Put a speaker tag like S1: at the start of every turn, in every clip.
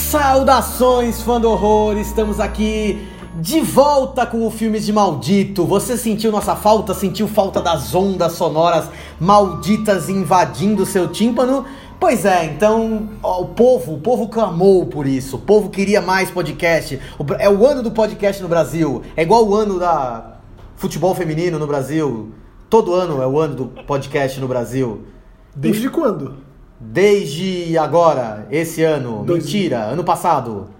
S1: Saudações, fã do horror! Estamos aqui de volta com o Filmes de Maldito. Você sentiu nossa falta? Sentiu falta das ondas sonoras malditas invadindo seu tímpano? Pois é, então ó, o povo, o povo clamou por isso. O povo queria mais podcast. O Bra- É o ano do podcast no Brasil. É igual o ano da futebol feminino no Brasil. Todo ano é o ano do podcast no Brasil.
S2: Desde quando?
S1: Desde agora, esse ano.
S2: Dois-
S1: Mentira, ano passado.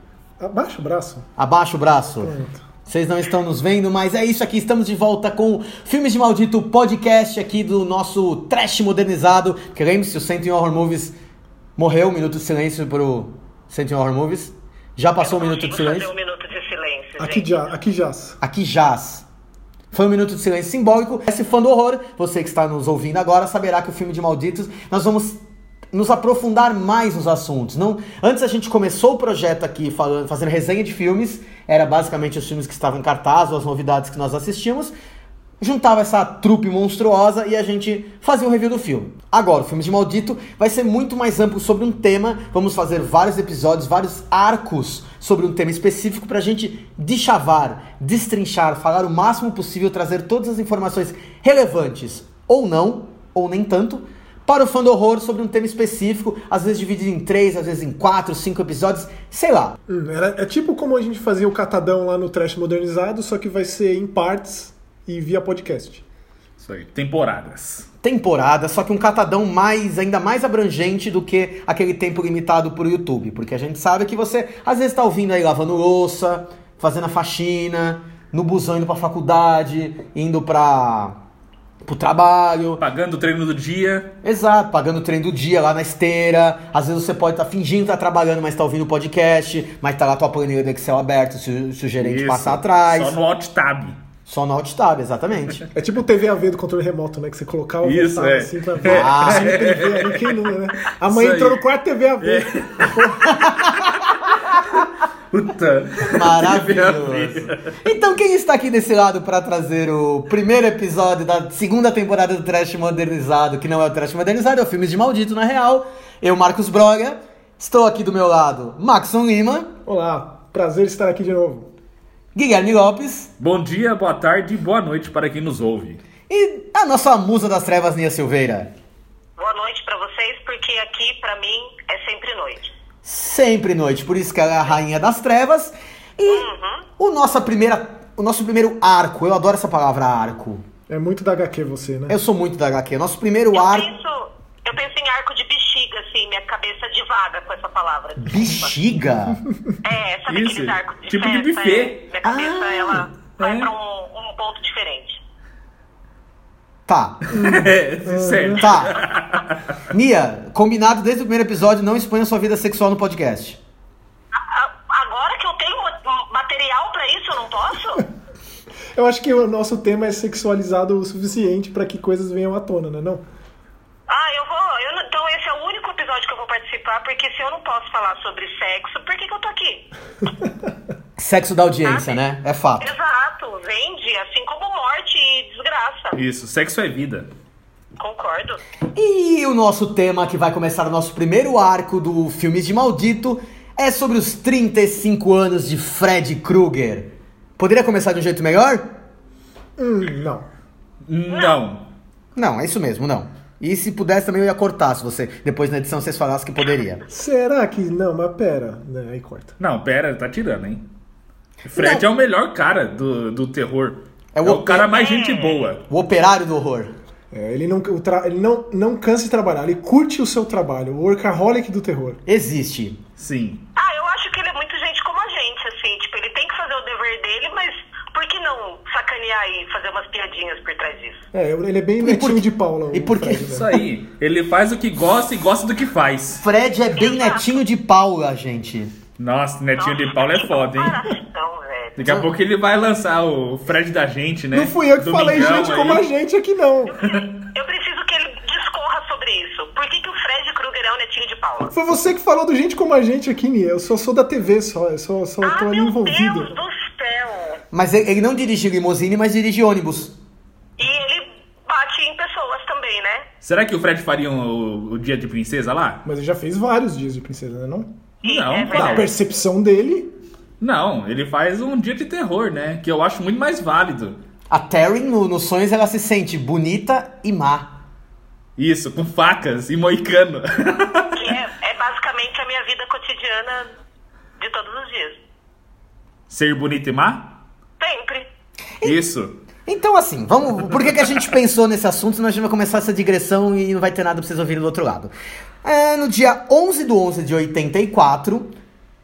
S2: Abaixa o braço.
S1: Abaixa o braço.
S2: Pronto.
S1: Vocês não estão nos vendo, mas é isso aqui. Estamos de volta com Filmes de Maldito, podcast aqui do nosso trash modernizado. Porque lembre-se, o 101 Horror Movies morreu. Um minuto de silêncio pro 101 Horror Movies. Já passou um minuto de
S3: Conseguimos fazer
S1: silêncio.
S3: um minuto de silêncio,
S2: Aqui
S3: gente.
S2: já, aqui jaz.
S1: Aqui jaz. Foi um minuto de silêncio simbólico. Esse fã do horror, você que está nos ouvindo agora, saberá que o filme de Malditos, nós vamos nos aprofundar mais nos assuntos. Não, antes a gente começou o projeto aqui falando, fazendo resenha de filmes, era basicamente os filmes que estavam em cartaz ou as novidades que nós assistimos. Juntava essa trupe monstruosa e a gente fazia um review do filme. Agora, o filme de Maldito vai ser muito mais amplo sobre um tema. Vamos fazer vários episódios, vários arcos sobre um tema específico pra gente deschavar, destrinchar, falar o máximo possível, trazer todas as informações relevantes ou não, ou nem tanto, para o fã do horror sobre um tema específico, às vezes dividido em três, às vezes em quatro, cinco episódios, sei lá.
S2: Hum, era- é tipo como a gente fazia o catadão lá no Trash Modernizado, só que vai ser em partes e via podcast.
S4: Isso aí, temporadas.
S1: temporada, só que um catadão mais, ainda mais abrangente do que aquele tempo limitado pro YouTube. Porque a gente sabe que você, às vezes, tá ouvindo aí lavando louça, fazendo a faxina, no busão indo pra faculdade, indo pra. pro trabalho.
S4: Pagando o treino do dia.
S1: Exato, pagando o trem do dia lá na esteira. Às vezes você pode estar fingindo estar trabalhando, mas tá ouvindo o podcast, mas tá lá tua planilha do Excel aberta, se, o- se o gerente
S4: Isso.
S1: passar atrás.
S4: Só no alt tab.
S1: Só no alt tab, exatamente.
S2: É tipo o TVAV do controle remoto, né? Que você colocava e
S4: Isso,
S2: voltava
S4: é.
S2: assim pra ver.
S1: Ah.
S2: Sempre TV ali, quem não, né? A mãe
S4: Isso aí. É.
S2: entrou no quarto TVAV.
S4: Puta.
S1: Maravilhoso. Então, quem está aqui desse lado para trazer o primeiro episódio da segunda temporada do Trash Modernizado, que não é o Trash Modernizado, é o Filmes de Maldito, na real. Eu, Marcos Broga. Estou aqui do meu lado, Maxon Lima,
S2: Olá, prazer estar aqui de novo.
S1: Guilherme Lopes
S4: Bom dia, boa tarde e boa noite para quem nos ouve.
S1: e a nossa musa das trevas, Nia Silveira.
S3: Boa noite pra vocês, porque aqui, pra mim, é sempre noite.
S1: Sempre noite, por isso que ela é a rainha das trevas. E
S3: Uhum.
S1: o, nossa primeira, o nosso primeiro arco, eu adoro essa palavra arco.
S2: É muito da HQ você, né?
S1: Eu sou muito da HQ. Nosso primeiro
S3: Eu
S1: arco.
S3: penso, eu penso em arco de bexiga, assim, minha cabeça divaga com essa palavra.
S1: Bexiga?
S3: É, sabe
S4: Isso,
S3: aqueles arcos de
S4: tipo de
S3: festa?
S4: buffet.
S3: é? minha cabeça,
S1: Ah,
S3: ela vai
S4: é.
S3: pra um, um ponto diferente.
S1: Tá,
S4: É, certo.
S1: tá. Nia, combinado desde o primeiro episódio, não exponha sua vida sexual no podcast.
S3: A- Agora que eu tenho um material pra isso, eu não posso?
S2: Eu acho que o nosso tema é sexualizado o suficiente pra que coisas venham à tona, né? Não?
S3: Ah, eu vou. eu não- então esse é o único episódio que eu vou participar, porque se eu não posso falar sobre sexo, por que, que eu tô aqui?
S1: Sexo da audiência, né? É fato.
S3: Exato, vende, assim como morte e desgraça.
S4: Isso, sexo é vida.
S3: Concordo.
S1: E o nosso tema, que vai começar o nosso primeiro arco do Filmes de Maldito, é sobre os 35 anos de Fred Krueger. Poderia começar de um jeito melhor?
S2: Hum, não.
S4: Não.
S1: Não, é isso mesmo, não. E se pudesse também eu ia cortar, se você, depois na edição, vocês falassem que poderia.
S2: Será que. Não, mas pera. Né, Aí corta.
S4: Não, pera, tá tirando, hein? Fred é o melhor cara do, do terror.
S1: É
S4: É
S1: o
S4: o, cara mais gente boa.
S1: O operário do horror.
S2: É, ele não, o tra- ele não, não cansa de trabalhar, ele curte o seu trabalho, o workaholic do terror.
S1: Existe.
S4: Sim.
S3: Ah, eu acho que ele é muito gente como a gente, assim. Tipo, ele tem que fazer o dever dele, mas por que não sacanear e fazer umas piadinhas por trás disso?
S2: É, ele é bem
S1: por que-
S2: netinho de Paula.
S1: e
S2: o
S1: por que-
S2: Fred, né?
S4: Isso aí. Ele faz o que gosta e gosta do que faz.
S1: Fred é bem netinho de Paula, gente.
S4: Nossa, netinho de Paulo é foda, hein?
S3: Comparação, velho.
S4: Daqui a pouco ele vai lançar o Fred da gente, né?
S2: Não fui eu que falei
S4: Domingão
S2: gente como
S4: aí.
S2: a gente aqui, não.
S3: Eu preciso que ele discorra sobre isso. Por que, que o Fred Krueger é o netinho de Paula?
S2: Foi você que falou do gente como a gente aqui, Nia. Eu só sou da TV só, eu só, só
S3: Ah,
S2: tô ali
S3: meu
S2: envolvido.
S3: Deus do céu!
S1: Mas ele ele não dirige limousine, mas dirige ônibus.
S3: E ele bate em pessoas também, né?
S4: Será que o Fred faria um- o, o dia de princesa lá?
S2: Mas ele já fez vários dias de princesa, né? Não?
S3: E
S4: Não,
S3: é
S2: Na
S4: Claro.
S3: verdade.
S2: percepção dele,
S4: Não, ele faz um dia de terror, né? Que eu acho muito mais válido.
S1: A Taryn, no- nos sonhos, ela se sente bonita e má.
S4: Isso, com facas e moicano.
S3: Que é, é basicamente a minha vida cotidiana de todos os dias.
S4: Ser bonito e má?
S3: Sempre.
S4: Isso.
S1: Então, assim, vamos. Por que, que a gente pensou nesse assunto? Senão a gente vai começar essa digressão e não vai ter nada pra vocês ouvirem do outro lado. É, no dia 11 do 11 de 84,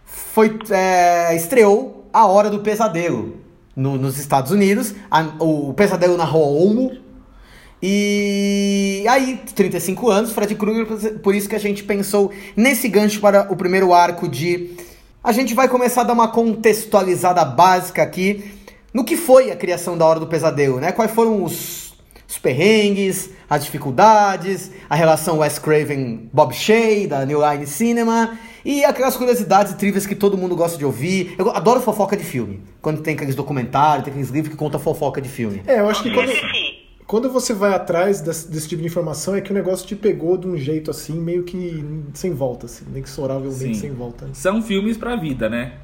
S1: foi, é, estreou A Hora do Pesadelo no- nos Estados Unidos. A- o Pesadelo na Rua Olmo. E aí, 35 anos, Fred Krueger, por isso que a gente pensou nesse gancho para o primeiro arco de. A gente vai começar a dar uma contextualizada básica aqui no que foi a criação da Hora do Pesadelo, né? Quais foram os, os perrengues, as dificuldades, a relação Wes Craven-Bob Shea, da New Line Cinema, e aquelas curiosidades e trivias que todo mundo gosta de ouvir. Eu adoro fofoca de filme, quando tem aqueles documentários, tem aqueles livros que contam fofoca de filme.
S2: é, eu acho que quando,
S3: Esse fi.
S2: quando você vai atrás desse, desse tipo de informação é que o negócio te pegou de um jeito assim, meio que sem volta, assim, inexoravelmente
S4: Sim.
S2: sem volta. né?
S4: São filmes pra vida, né?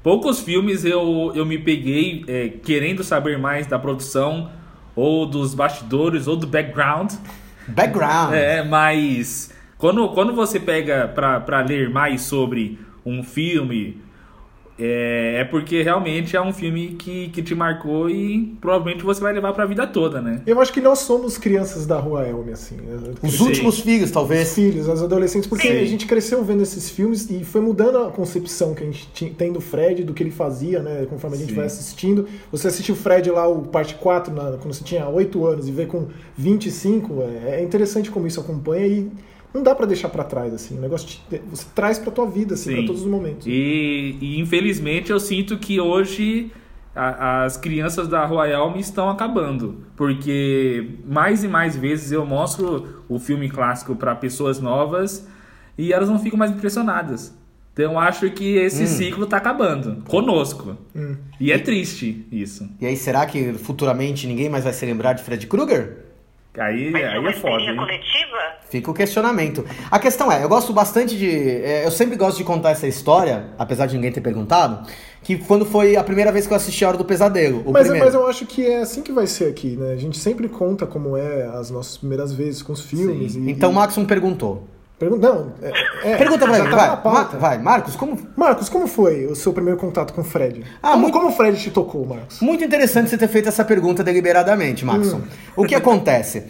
S4: Poucos filmes eu, eu me peguei é, querendo saber mais da produção, ou dos bastidores, ou do background.
S1: Background.
S4: É, mas quando, quando você pega pra, pra ler mais sobre um filme, é, é porque realmente é um filme que, que te marcou e provavelmente você vai levar pra vida toda, né?
S2: Eu acho que nós somos crianças da rua Elme, assim. né?
S1: Os
S4: Sim.
S1: últimos filhos,
S2: Os
S1: talvez.
S2: filhos, as adolescentes, porque
S4: Sim.
S2: a gente cresceu vendo esses filmes e foi mudando a concepção que a gente ti- tem do Fred, do que ele fazia, né? Conforme a gente
S4: Sim.
S2: vai assistindo. Você assistiu o Fred lá, o parte 4, na- quando você tinha 8 anos, e vê com 25, é, é interessante como isso acompanha e não dá pra deixar pra trás, assim. O negócio te- você traz pra tua vida, assim,
S4: Sim.
S2: pra todos os momentos.
S4: E, e, infelizmente eu sinto que hoje a- as crianças da Royal me estão acabando, porque mais e mais vezes eu mostro o filme clássico para pessoas novas e elas não ficam mais impressionadas. Então eu acho que esse ciclo tá acabando conosco.
S2: Hum.
S4: E é triste isso.
S1: E aí, será que futuramente ninguém mais vai se lembrar de Fred Krueger?
S4: Aí,
S3: Mas
S4: aí
S3: uma
S4: é foda.
S3: histeria
S4: hein?
S3: coletiva?
S1: Fica o questionamento. A questão é, eu gosto bastante de. é, Eu sempre gosto de contar essa história, apesar de ninguém ter perguntado, que quando foi a primeira vez que eu assisti a Hora do Pesadelo. O
S2: Mas,
S1: primeiro.
S2: mas eu acho que é assim que vai ser aqui, né? A gente sempre conta como é as nossas primeiras vezes com os filmes. E,
S1: Então o
S2: e-
S1: Maxon perguntou.
S2: Pergun- Não, um- é, é,
S1: Pergunta pra
S2: já
S1: mim,
S2: tá na
S1: vai.
S2: pauta.
S1: Ma- vai, Marcos, como
S2: Marcos, como foi o seu primeiro contato com o Fred?
S1: Ah,
S2: como,
S1: muito-
S2: como o Fred te tocou, Marcos?
S1: Muito interessante você ter feito essa pergunta deliberadamente, Maxon. O que acontece?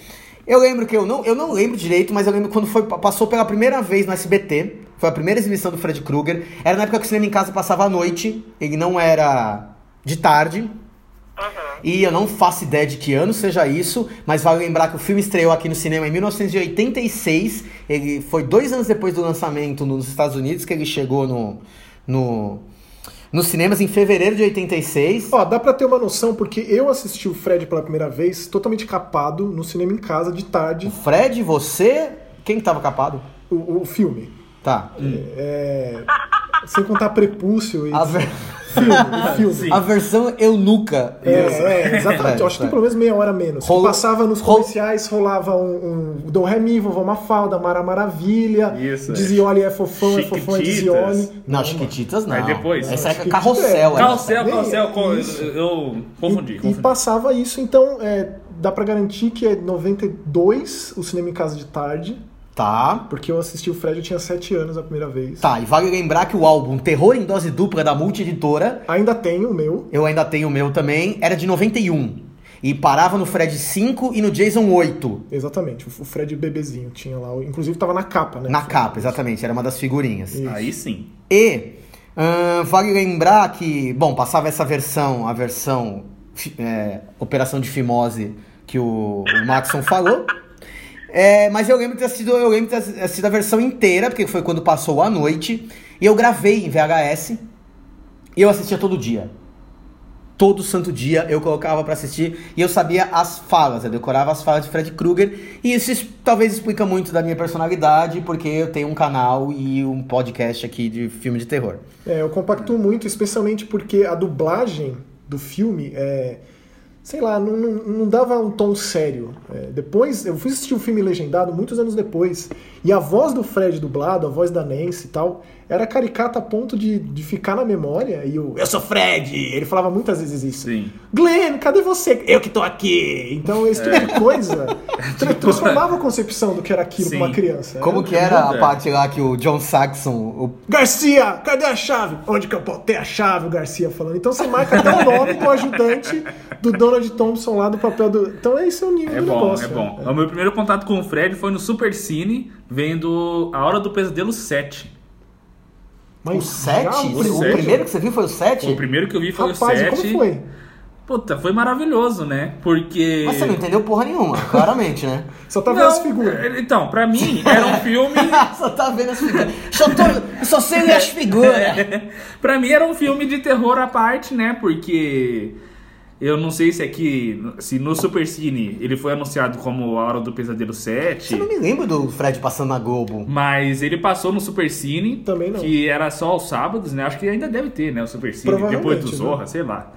S1: Eu lembro que eu não, eu não lembro direito, mas eu lembro quando foi, passou pela primeira vez no SBT. Foi a primeira exibição do Fred Krueger. Era na época que o cinema em casa passava à noite. Ele não era de tarde. E eu não faço ideia de que ano seja isso, mas vale lembrar que o filme estreou aqui no cinema em 1986. Ele foi dois anos depois do lançamento nos Estados Unidos que ele chegou no, no, nos cinemas em fevereiro de 86.
S2: Ó, dá pra ter uma noção, porque eu assisti o Fred pela primeira vez totalmente capado no cinema em casa, de tarde,
S1: Fred, você. Quem que tava capado?
S2: o, o filme.
S1: Tá.
S2: Sem contar prepúcio e
S1: A, ver-
S2: filme, o filme.
S4: Sim.
S1: a versão eu nunca.
S2: É, é, exatamente. Eu acho que tem pelo menos meia hora menos. Que
S1: Rolou-
S2: passava nos
S1: rol-
S2: comerciais, rolava um, um Dom Remy, Vovó Mafalda, Mara Maravilha,
S4: Isso, é.
S2: Dizioli é fofão, é fofão é
S4: Chiquititas.
S2: Dizioli.
S1: Não, Chiquititas não.
S4: Aí depois?
S1: Essa é
S2: Chiquititas.
S1: carrossel. essa.
S4: Carrossel, carrossel, co-
S2: Isso.
S4: eu, eu confundi.
S2: E- E,
S4: confundi.
S2: passava isso, então é, dá pra garantir que é 92 o cinema em casa de tarde,
S1: Tá.
S2: porque eu assisti o Fred, eu tinha 7 anos a primeira vez.
S1: Tá, e vale lembrar que o álbum Terror em Dose Dupla da Multieditora,
S2: Ainda tenho o meu.
S1: eu ainda tenho o meu também, era de 91. E parava no Fred 5 e no Jason 8.
S2: Exatamente, o Fred bebezinho tinha lá. Inclusive tava na capa, né?
S1: Na capa, exatamente, era uma das figurinhas.
S4: Aí sim.
S1: E ahn, vale lembrar que, bom, passava essa versão, a versão fi- é, Operação de Fimose que o, o Maxon falou. É, mas eu lembro de ter assistido, eu lembro de ter assi- assistido a versão inteira, porque foi quando passou a noite. E eu gravei em VHS e eu assistia todo dia. Todo santo dia eu colocava pra assistir e eu sabia as falas, eu decorava as falas de Fred Krueger. E isso es- talvez explica muito da minha personalidade, porque eu tenho um canal e um podcast aqui de filme de terror.
S2: É, eu compactuo muito, especialmente porque a dublagem do filme é. Sei lá, não, não- não dava um tom sério. É, depois, eu fui assistir um filme legendado muitos anos depois, e a voz do Fred dublado, a voz da Nancy e tal, era caricata a ponto de, de ficar na memória. E o Eu sou Fred! Ele falava muitas vezes isso.
S4: Sim.
S2: Glenn, cadê você? Eu que tô aqui! Então, esse tipo
S4: É.
S2: de coisa tra- transformava a concepção do que era aquilo pra
S4: Tipo, Sim.
S2: uma criança.
S1: Como
S2: Era-
S1: que era
S2: É.
S1: a
S4: moderno.
S1: parte lá que o John Saxon, o
S2: Garcia, cadê a chave? Onde que eu botei a chave? O Garcia falando. Então você marca até o nome do ajudante do Donald Thompson lá do papel do. Então esse é o nível
S4: É
S2: do
S4: bom,
S2: negócio.
S4: é
S2: né?
S4: bom. O meu primeiro contato com o Fred foi no Super Cine, vendo A Hora do Pesadelo 7.
S1: o
S2: Mas
S1: 7?
S2: já
S1: O,
S4: o sete?
S1: primeiro que você viu foi o 7?
S4: O primeiro que eu vi foi
S2: Rapaz,
S4: o
S2: e
S4: 7.
S2: como foi?
S4: Puta, foi maravilhoso, né? Porque.
S1: Mas você não entendeu porra nenhuma, claramente, né?
S2: Só tá vendo
S4: Não,
S2: as figuras.
S4: Então, pra mim, era um filme.
S1: só tá vendo as figuras. Só, tô, só sei ler as figuras.
S4: pra mim era um filme de terror à parte, né? Porque. Eu não sei se aqui. Se no Super Cine ele foi anunciado como A Hora do Pesadelo 7.
S1: Eu não me lembro do Fred passando na Globo.
S4: Mas ele passou no Super Cine,
S2: Também não.
S4: que era só aos sábados, né? Acho que ainda deve ter, né? O Super Cine,
S2: Provavelmente,
S4: depois do
S2: né?
S4: Zorra, sei lá.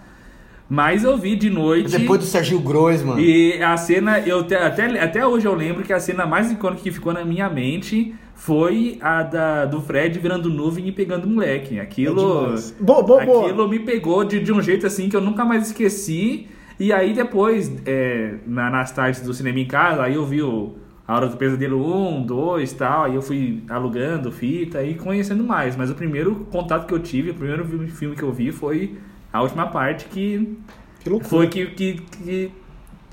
S4: Mas eu vi de noite.
S1: Depois do Sergio Groisman.
S4: E a cena, eu te- até, até hoje eu lembro que a cena mais icônica que ficou na minha mente foi a da, do Fred virando nuvem e pegando um moleque.
S2: É
S4: Aquilo.
S2: demais. Boa, boa, boa.
S4: Aquilo me pegou de, de um jeito assim que eu nunca mais esqueci. E aí depois, é, na- nas tardes do cinema em casa, aí eu vi o A Hora do Pesadelo 1, 2 e tal. Aí eu fui alugando fita e conhecendo mais. Mas o primeiro contato que eu tive, o primeiro filme- filme que eu vi foi a última parte que
S2: Que loucura.
S4: foi que, que, que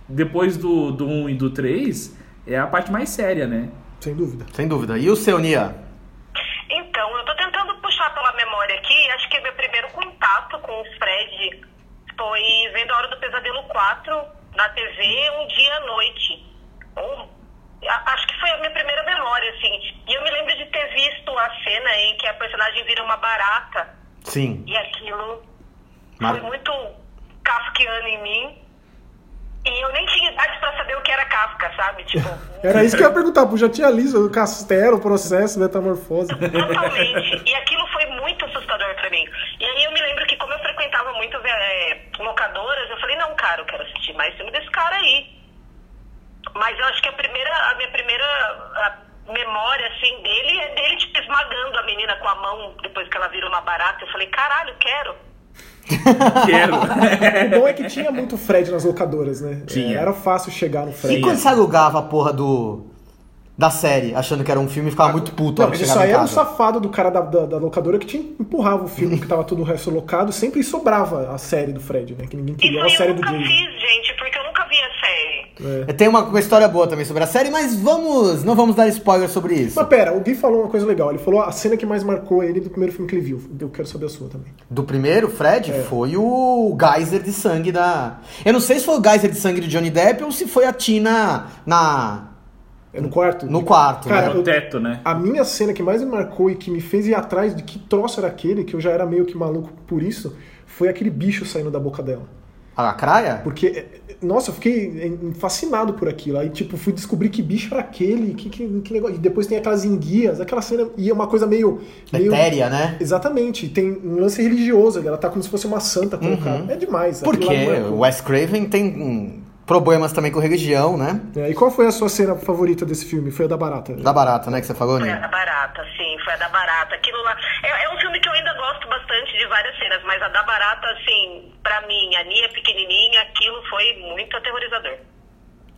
S4: depois do, do 1 e do 3 é a parte mais séria, né?
S2: Sem dúvida.
S1: Sem dúvida. E o seu, Nia?
S3: Então, eu tô tentando puxar pela memória aqui. Acho que meu primeiro contato com o Fred foi vendo a Hora do Pesadelo 4 na TV um dia à noite. Ou- a- acho que foi a minha primeira memória, assim. E eu me lembro de ter visto a cena em que a personagem vira uma barata.
S1: Sim.
S3: E aquilo
S1: Mar-
S3: foi muito kafkiano em mim. E eu nem tinha idade pra saber o que era Kafka, sabe? Tipo,
S2: Era isso que eu ia perguntar, pô, já tinha liso o castelo, o processo, metamorfose.
S3: Totalmente. E aquilo foi muito assustador pra mim. E aí eu me lembro que como eu frequentava muito é, locadoras, eu falei, não, cara, eu quero assistir mais filme desse cara aí. Mas eu acho que a primeira, a minha primeira a memória, assim, dele é dele tipo, esmagando a menina com a mão depois que ela virou uma barata. Eu falei, caralho, quero.
S4: Quero.
S2: O bom é que tinha muito Fred nas locadoras, né?
S4: Tinha.
S2: Era fácil chegar no Fred.
S1: E quando você alugava a porra do. da série, achando que era um filme e ficava muito puto
S2: Não,
S1: ao
S2: mas
S1: chegar
S2: isso aí
S1: em
S2: era um
S1: casa.
S2: safado do cara da, da- da locadora que te empurrava o filme que tava todo o resto locado, sempre sobrava a série do Fred, né? Que ninguém queria, a
S3: Isso aí
S2: série
S3: eu
S2: do É.
S3: nunca
S2: Jason.
S3: fiz, gente, porque eu nunca vi a série.
S1: Tem uma, uma história boa também sobre a série, mas vamos. não vamos dar spoiler sobre isso.
S2: Mas pera, o Gui falou uma coisa legal. Ele falou a cena que mais marcou ele do primeiro filme que ele viu. Eu quero saber a sua também.
S1: Do primeiro, Fred,
S2: É.
S1: foi o geyser de sangue da. Eu não sei se foi o geyser de sangue de Johnny Depp ou se foi a Tina na.
S2: É no quarto?
S1: No quarto,
S2: Cara,
S1: né?
S4: No teto, né?
S2: A minha cena que mais me marcou e que me fez ir atrás de que troço era aquele, que eu já era meio que maluco por isso, foi aquele bicho saindo da boca dela.
S1: A lacraia?
S2: Porque, é, é, nossa, eu fiquei em- fascinado por aquilo. Aí, tipo, fui descobrir que bicho era aquele, que, que, que negócio. E depois tem aquelas enguias, aquela cena. E é uma coisa meio. meio...
S1: Etérea, né?
S2: Exatamente. E Tem um lance religioso, ela tá como se fosse uma santa colocada.
S4: Uhum.
S2: É demais. aquilo lá me
S1: Porque
S2: marcou.
S1: o Wes Craven tem hum, problemas também com religião, né?
S2: É, e qual foi a sua cena favorita desse filme? Foi a da barata. né?
S1: Da barata, né? Que você falou,
S3: Foi a
S1: né?
S3: da Barata, sim, foi a da Barata. Aquilo lá. É, é um filme que eu ainda gosto bastante de várias cenas, mas a da Barata, assim, pra mim, a Nia pequenininha, aquilo foi muito aterrorizador.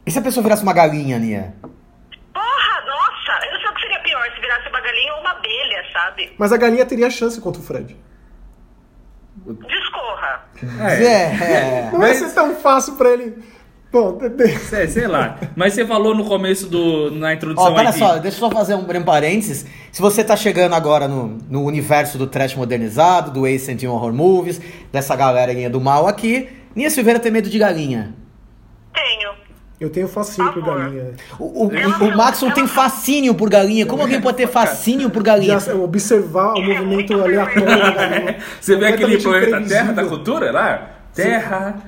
S1: E se a pessoa virasse uma galinha, Nia?
S3: Porra, nossa! Eu não sei o que seria pior, se virasse uma galinha ou uma abelha, sabe?
S2: Mas a galinha teria chance contra o Fred.
S3: Discorra.
S1: É.
S2: Não ia ser tão fácil pra ele. Bom, de- de-
S4: Sei, sei lá. Mas você falou no começo do. na introdução
S1: Ó, olha
S4: aí que-
S1: só, deixa eu só fazer um, um parênteses. Se você tá chegando agora no, no universo do trash modernizado, do Ancient Horror Movies, dessa galerinha do mal aqui, Nia Silveira tem medo de galinha.
S3: Tenho.
S2: eu tenho fascínio por
S3: Amor.
S2: galinha.
S1: O, o, o, o Maxon tem fascínio por galinha. Como alguém pode ter fascínio por galinha?
S2: Já observar o movimento aleatório da galinha.
S4: Você vê aquele
S2: Completamente
S4: planeta Terra tá da
S2: imprevisível.
S4: cultura lá? Terra.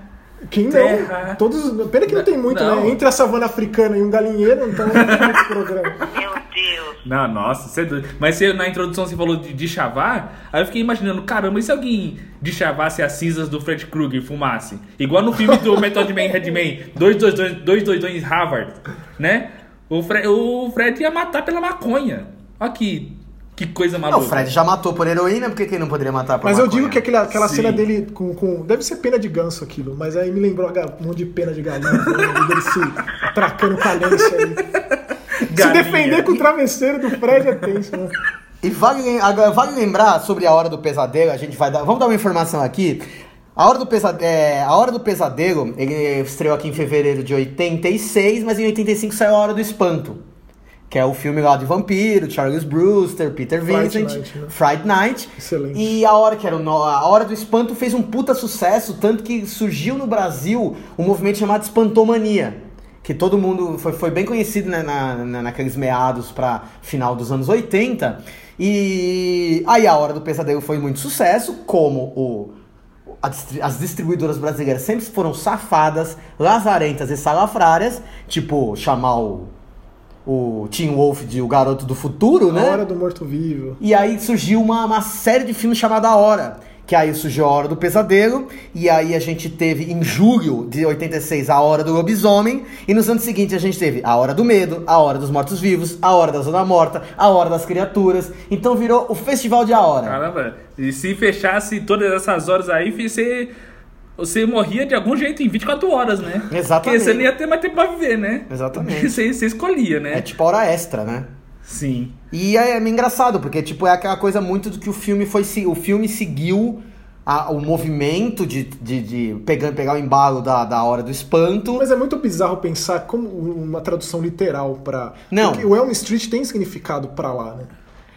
S2: Quem
S4: Terra.
S2: não? Todos, pena que não tem muito,
S4: Não.
S2: né? Entre a savana africana e um galinheiro, então não tem muito programa.
S3: Meu Deus.
S4: Não, nossa, você é doido. Mas você, na introdução você falou de, de chavar, aí eu fiquei imaginando, caramba, e se alguém de chavasse as cinzas do Fred Krueger e fumasse? Igual no filme do Method Man Redman, 222 222 Harvard, né? O, Fre- o Fred ia matar pela maconha. Aqui, Que coisa
S1: Não,
S4: maluca.
S1: o Fred já matou por heroína, por que que ele não poderia matar por
S2: Mas eu
S1: maconha?
S2: digo que aquele- aquela
S4: Sim.
S2: cena dele com, com- Deve ser pena de ganso aquilo, mas aí me lembrou a ga- um monte de pena de galinha, né, dele se tracando com a lença aí. Se
S4: Galinha.
S2: defender com o travesseiro do Fred é tenso, né?
S1: E vale, lem- agora, vale lembrar sobre a Hora do Pesadelo, a gente vai dar. Vamos dar uma informação aqui. A Hora do Pesadelo, a Hora do Pesadelo ele estreou aqui em fevereiro de 86, mas em 85 saiu A Hora do Espanto. Que é o filme lá de vampiro, Charles Brewster, Peter
S2: Fright
S1: Vincent,
S2: Night, né?
S1: Fright Night.
S2: Excelente.
S1: E a hora que era o no- a hora do espanto fez um puta sucesso, tanto que surgiu no Brasil um movimento chamado espantomania, que todo mundo foi, foi bem conhecido né, na, na- naqueles meados para final dos anos 80. E aí a hora do pesadelo foi muito sucesso, como o a distri- as distribuidoras brasileiras sempre foram safadas, lazarentas e salafrárias, tipo chamar o, o Tim Wolf de O Garoto do Futuro, né?
S2: A hora do morto-vivo.
S1: E aí surgiu uma, uma série de filmes chamada A Hora. Que aí surgiu A Hora do Pesadelo. E aí a gente teve, em julho de 86, A Hora do Lobisomem. E nos anos seguintes a gente teve A Hora do Medo, A Hora dos Mortos-Vivos, A Hora da Zona Morta, A Hora das Criaturas. Então virou o Festival de A Hora.
S4: Caramba, e se fechasse todas essas horas aí, fi, você, você morria de algum jeito em 24 horas, né?
S1: Exatamente.
S4: Porque você não ia ter mais tempo pra viver, né?
S1: Exatamente.
S4: Você, você escolhia, né?
S1: É tipo hora extra, né?
S4: Sim.
S1: E é, é meio engraçado, porque tipo, é aquela coisa muito do que o filme foi. se- O filme seguiu a- o movimento de, de, de pegar, pegar o embalo da, da hora do espanto.
S2: Mas é muito bizarro pensar como um, uma tradução literal pra.
S1: Não.
S2: Porque o Elm Street tem significado pra lá, né?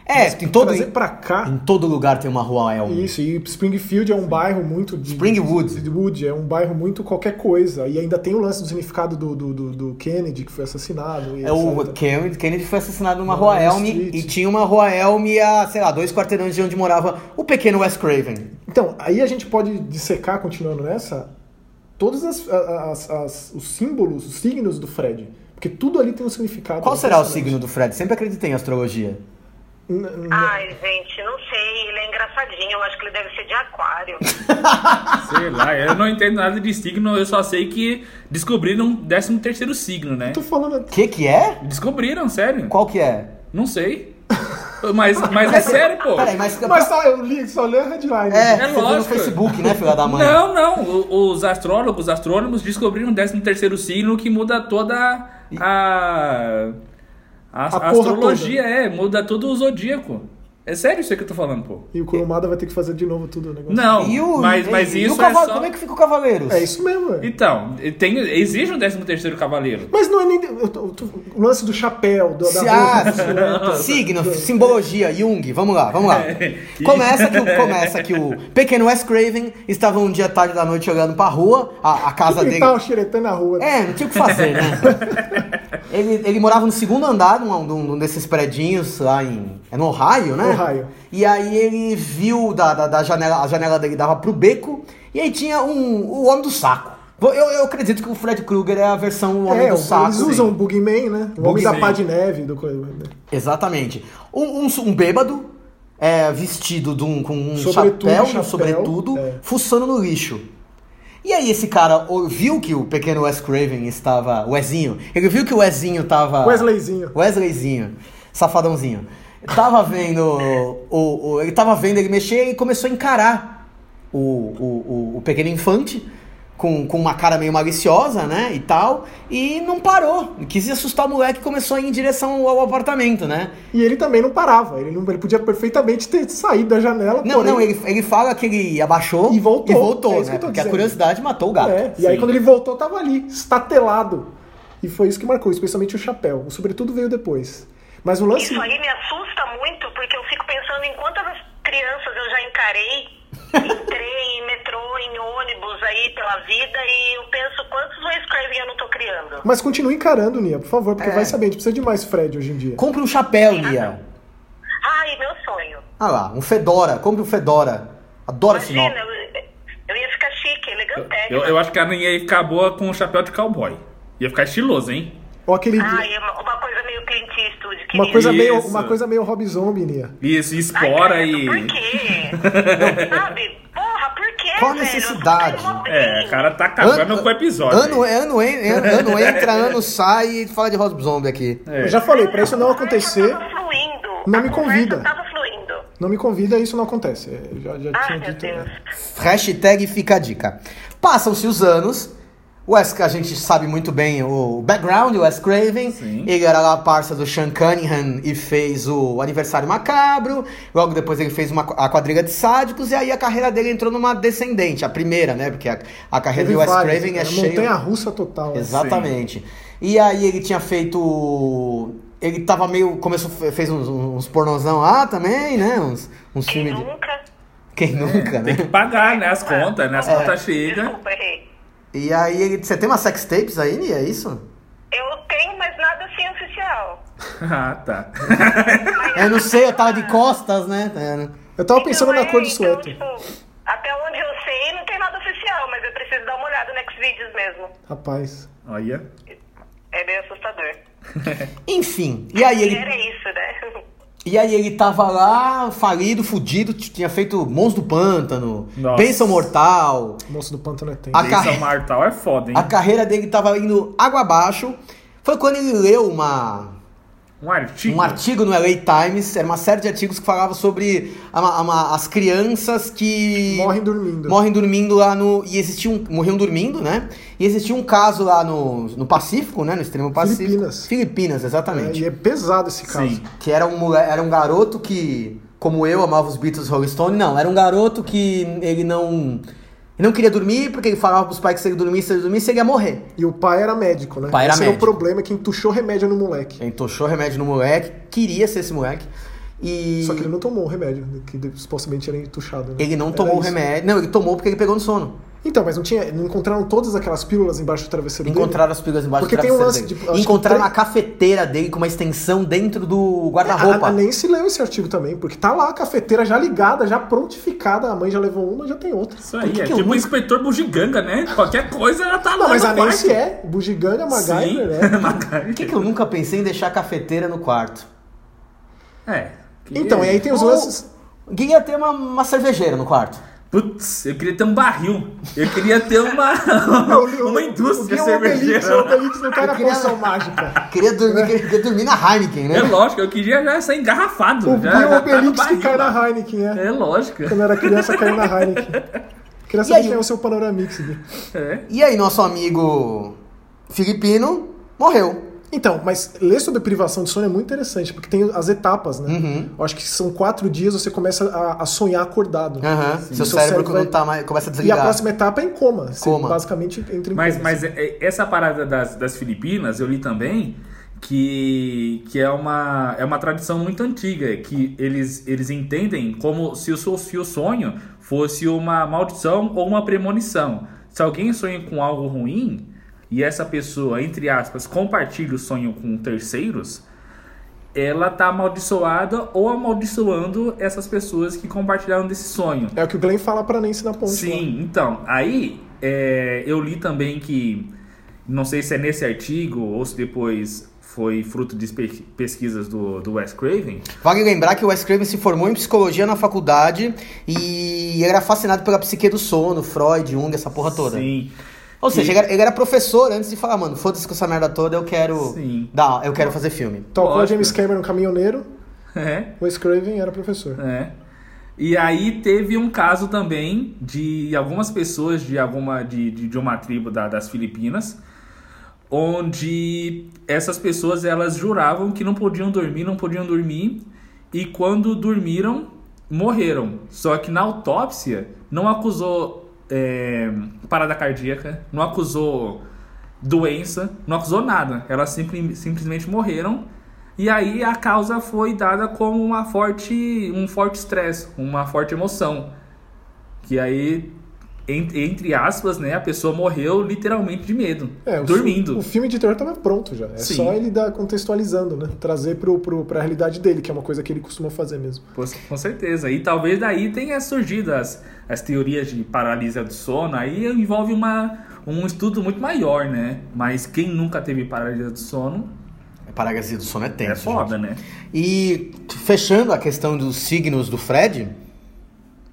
S1: é,
S2: Mas
S1: em todo,
S2: trazer pra cá.
S1: Em todo lugar tem uma rua Elm.
S2: Isso, e Springfield é um bairro muito. De,
S1: Springwood.
S2: de Wood, é um bairro muito qualquer coisa. E ainda tem o lance do significado do, do, do- do Kennedy, que foi assassinado. e
S1: É o
S2: etc.
S1: Kennedy, Kennedy foi assassinado numa
S2: Na
S1: rua
S2: Elm
S1: Elm
S2: Street.
S1: e tinha uma rua Elm a, sei lá, dois quarteirões de onde morava o pequeno Wes Craven.
S2: Então, aí a gente pode dissecar, continuando nessa, todos as- a- as- as- os símbolos, os signos do Fred. Porque tudo ali tem um significado.
S1: Qual será o
S2: impressionante.
S1: signo do Fred? Sempre acreditei em astrologia.
S2: N- n-
S3: Ai, gente, não sei. Ele é engraçadinho. Eu acho que ele deve ser de aquário.
S4: Sei lá, eu não entendo nada de signo, eu só sei que descobriram um 13 terceiro signo, né?
S2: Tô falando.
S1: Que que é?
S4: Descobriram, sério.
S1: Qual que é?
S4: Não sei. Mas, mas é sério, pô.
S1: Peraí, mas...
S2: Mas só eu li, só li a headline.
S1: É,
S4: é
S1: você viu no
S4: lógico.
S1: Facebook, né, filha da mãe?
S4: Não, não. O- Os astrólogos, astrônomos descobriram o 13 terceiro signo que muda toda a. A,
S2: porra
S4: a astrologia, é, muda todo o zodíaco. É sério isso aí que eu tô falando, pô.
S2: E o Kurumada vai ter que fazer de novo tudo o negócio.
S4: Não,
S1: E o,
S4: mas,
S1: e-
S4: mas
S1: e
S4: isso
S1: o cavalo,
S4: é só...
S1: Como é que fica o Cavaleiros?
S2: É isso mesmo, é.
S4: Então, tem, exige um 13 terceiro cavaleiro.
S2: Mas não é nem. eu tô- eu tô- o lance do chapéu, do, da
S1: Se-
S2: roupa,
S1: ah,
S2: do suéter.
S1: signo, simbologia, Jung, vamos lá, vamos lá.
S4: É.
S1: Começa que, o- começa que o pequeno Wes Craven estava um dia tarde da noite olhando pra rua, a, a casa
S2: Que
S1: dele.
S2: tal xeretando na rua?
S1: É, não tinha o que fazer, né? ele, ele morava no segundo andar de um, de um- de um desses predinhos lá em. É no Ohio, né?
S2: Ohio.
S1: E aí ele viu da, da, da janela, a janela dele dava pro beco, e aí tinha um, o Homem do Saco. Eu, eu acredito que o Fred Krueger é a versão o Homem
S2: É,
S1: do Saco. assim.
S2: eles usam o Bugman, né? O homem da
S4: Bugman.
S2: pá de neve, do coisa. né?
S1: Exatamente. Um, um, um bêbado é, vestido de um- com um
S2: Sobretudo,
S1: chapéu,
S2: chapéu,
S1: um sobretudo,
S2: é.
S1: fuçando no lixo. E aí esse cara o- viu que o pequeno Wes Craven estava... Wezinho. Ele viu que o Wezinho estava...
S2: Wesleyzinho.
S1: Wesleyzinho. Safadãozinho. Tava vendo... o, o- ele tava vendo ele mexer e começou a encarar o, o, o, o pequeno infante com, com uma cara meio maliciosa, né, e tal, e não parou. Quis assustar o moleque e começou a ir em direção ao apartamento, né.
S2: E ele também não parava. Ele, não, ele podia perfeitamente ter saído da janela.
S1: Não,
S2: porém-
S1: não, ele, ele fala que ele abaixou
S2: E voltou.
S1: e voltou,
S2: É isso que
S1: né?
S2: eu tô
S1: Porque a
S2: dizendo.
S1: curiosidade matou o gato.
S2: É, e aí
S4: Sim.
S2: quando ele voltou, tava ali, estatelado. E foi isso que marcou, especialmente o chapéu. O sobretudo veio depois. Mas o lance.
S3: Isso aí me assusta muito, porque eu fico pensando em quantas crianças eu já encarei em trem, em metrô, em ônibus aí pela vida e eu penso quantos Wes Craven eu não tô criando.
S2: Mas continue encarando, Nia, por favor, porque
S1: É.
S2: vai saber, a gente precisa de mais Fred hoje em dia.
S1: Compre um chapéu, Lia.
S3: Ai, meu sonho.
S1: Ah lá, um fedora. Compre um fedora. Adoro esse
S3: Imagina,
S1: nome.
S3: eu, eu ia ficar chique, elegante.
S4: Eu, eu acho que a Aranha ia ficar boa com o chapéu de cowboy. Ia ficar estiloso, hein?
S2: Ou aquele.
S3: Ai, é uma, uma coisa meio Clint Eastwood,
S2: uma, coisa
S4: isso.
S2: meio, uma coisa meio Rob Zombie, Nia.
S4: Isso, e
S3: Ai,
S4: espora
S3: credo,
S4: e.
S3: Por quê? Sabe? Porra, por quê?
S1: Qual a
S3: velho? Eu sou
S1: necessidade?
S3: mó bem.
S4: É, o cara tá acabando com o episódio.
S1: Ano,
S4: hein?
S1: ano, en- ano, ano entra, ano sai e fala de Rob Zombie aqui.
S4: É.
S2: Eu já falei, pra isso não
S3: A conversa
S2: acontecer.
S3: tava fluindo.
S2: não
S3: A
S2: me
S3: conversa
S2: convida.
S3: tava
S2: Não me convida, isso não acontece. É, Já, já
S3: Ah,
S2: tinha
S3: meu
S2: dito.
S3: Deus.
S2: é.
S1: Hashtag fica a dica. Passam-se os anos. Wes, a gente sabe muito bem o background, o Wes Craven.
S4: Sim.
S1: Ele era lá parça do Sean Cunningham e fez o Aniversário Macabro. Logo depois ele fez uma, a Quadrilha de Sádicos. E aí a carreira dele entrou numa descendente, a primeira, né? Porque a, a carreira
S2: Teve
S1: do Wes
S2: várias,
S1: Craven é,
S2: é
S1: cheia...
S2: montanha russa total. né?
S1: Exatamente. E aí ele tinha feito. Ele tava meio. Começou, fez uns, uns pornozão lá também, né? Uns, uns
S3: Quem
S1: filmes. de-
S3: nunca?
S1: Quem nunca,
S4: Tem que
S1: né?
S4: pagar, né? As contas, né? As
S1: É.
S4: contas chegam.
S3: É. Desculpa, errei.
S1: E aí ele. Você tem umas sex tapes aí, Nia? É isso?
S3: Eu tenho, mas nada assim oficial.
S4: ah, tá.
S1: Eu É, não sei, eu tava de costas, né? É,
S2: Eu tava
S3: Então,
S2: pensando na
S3: é,
S2: cor do
S3: então,
S2: suéter.
S3: tipo, até onde eu sei, não tem nada oficial, mas eu preciso dar uma olhada no Xvideos mesmo.
S2: Rapaz.
S4: Olha.
S3: É bem assustador.
S1: Enfim, e aí
S3: E era
S1: ele.
S3: isso, né?
S1: E aí ele tava lá, falido, fudido, t- tinha feito Monstro do Pântano,
S4: Nossa.
S1: Bênção Mortal.
S2: O moço do pântano é tempo.
S1: A ca-
S4: São Martal é foda, hein?
S1: A carreira dele tava indo água abaixo. Foi quando ele leu uma
S4: Um artigo.
S1: Um artigo no LA Times, era uma série de artigos que falava sobre a- a- as crianças que
S2: Morrem dormindo.
S1: morrem dormindo lá no. E existia um. Morriam dormindo, né? E existia um caso lá no, no Pacífico, né? No extremo Pacífico.
S2: Filipinas.
S1: Filipinas,
S2: É,
S1: exatamente.
S2: e é pesado esse caso.
S4: Sim.
S1: Que era um, mole- era um garoto que, como eu, amava os Beatles e Rolling Stone. Não, era um garoto que ele não. Ele não queria dormir, porque ele falava pros pais que se ele dormisse, se ele dormisse, ele ia morrer.
S2: E o pai era médico, né?
S1: O pai era
S2: esse é o
S1: médico.
S2: problema, que entuchou remédio no moleque.
S1: Entochou remédio no moleque, queria ser esse moleque. E...
S2: Só que ele não tomou o remédio, né, que supostamente era entuchado. né?
S1: Ele não
S2: Era
S1: tomou o
S2: isso.
S1: remédio. Não, ele tomou porque ele pegou no sono.
S2: Então, mas não tinha. Não encontraram todas aquelas pílulas embaixo do travesseiro dele?
S1: Encontraram as pílulas embaixo
S2: Porque
S1: do
S2: tem um
S1: travesseiro
S2: lance
S1: dele.
S2: de- acho que
S1: Encontraram
S2: tem-
S1: a cafeteira dele com uma extensão dentro do guarda-roupa.
S2: A, a Nancy ah, leu esse artigo também, porque tá lá a cafeteira já ligada, já prontificada. A mãe já levou uma, já tem outra.
S4: Isso
S1: Por
S4: aí,
S1: que
S4: é
S1: que eu
S4: tipo um
S1: nunca-
S4: inspetor bugiganga, né? Qualquer coisa ela tá lá.
S2: Não, mas
S4: no
S2: a Nancy
S4: quarto.
S2: é. Bugiganga, MacGyver,
S4: Sim. é
S2: né?
S4: MacGyver.
S1: Por que, que eu nunca pensei em deixar a cafeteira no quarto?
S4: É. que-
S2: Então, e aí tem os
S1: Ou-
S2: lances.
S1: Queria ter uma, uma cervejeira no quarto.
S4: Putz, eu queria ter um baril. Eu queria ter uma,
S2: Eu li o-
S4: uma
S2: eu
S4: indústria
S2: li o Obelix, O
S4: cervejeira.
S2: Obelix não cai na poção mágica.
S1: Queria dormir, queria, queria dormir na Heineken, né?
S4: É lógico, eu queria já sair engarrafado.
S2: O Bill
S4: já, já tá no
S2: Obelix que
S4: barril
S2: cai
S4: lá.
S2: na Heineken, é.
S4: É lógico.
S2: Quando era criança, caiu na Heineken. Queria
S1: aí?
S2: saber quem é o seu Panoramix. Gui.
S4: É.
S1: E aí, nosso amigo filipino morreu.
S2: Então, mas ler sobre privação de sono é muito interessante, porque tem as etapas, né?
S4: Uhum.
S2: Eu acho que são quatro dias você começa a, a sonhar acordado.
S1: Aham.
S2: Sim.
S1: Seu,
S2: Seu
S1: cérebro,
S2: cérebro
S1: não
S2: vai-
S1: tá mais. Começa a
S2: E a
S1: desligar.
S2: próxima etapa é em coma. Você
S1: Coma.
S2: basicamente entra em
S4: Mas,
S2: coma. assim.
S4: mas é- é- essa parada das, das Filipinas, eu li também que, que é, uma, é uma tradição muito antiga, que eles, eles entendem como se o, seu- se o sonho fosse uma maldição ou uma premonição. Se alguém sonha com algo ruim e essa pessoa, entre aspas, compartilha o sonho com terceiros, ela tá amaldiçoada ou amaldiçoando essas pessoas que compartilharam desse sonho.
S2: É o que o Glenn fala pra Nancy na ponte. lá.
S4: Sim, então, aí é, eu li também que, não sei se é nesse artigo ou se depois foi fruto de espe- pesquisas do, do Wes Craven,
S1: Vale lembrar que o Wes Craven se formou em psicologia na faculdade e era fascinado pela psique do sono, Freud, Jung, essa porra toda.
S4: Sim,
S1: Ou seja,
S4: E-
S1: ele era, ele era professor antes de falar, mano, foda-se com essa merda toda, eu quero.
S4: Sim.
S1: Dar, eu quero fazer filme.
S2: Então, quando o
S4: Lógico.
S2: James Cameron, caminhoneiro,
S4: é,
S2: o Wes Craven era professor.
S4: é. E aí teve um caso também de algumas pessoas de alguma de, de, de uma tribo da- das Filipinas, onde essas pessoas elas juravam que não podiam dormir, não podiam dormir, e quando dormiram, morreram. Só que na autópsia não acusou é, parada cardíaca, não acusou doença, não acusou nada. Elas simpli- simplesmente morreram. E aí a causa foi dada como uma forte, um forte estresse, uma forte emoção. Que aí, en- entre aspas, né, a pessoa morreu literalmente de medo,
S2: É, o
S4: dormindo.
S2: fi- O filme de terror tava pronto já. É
S4: Sim.
S2: só ele dar contextualizando, né? Trazer pro, pro, pra realidade dele, que é uma coisa que ele costuma fazer mesmo.
S4: Pois, Com certeza. E talvez daí tenha surgido as, as teorias de paralisia do sono. Aí envolve uma, um estudo muito maior, né? Mas quem nunca teve paralisia do sono
S1: Paragasia do sono é tenso.
S4: é foda, né?
S1: gente. E fechando a questão dos signos do Fred,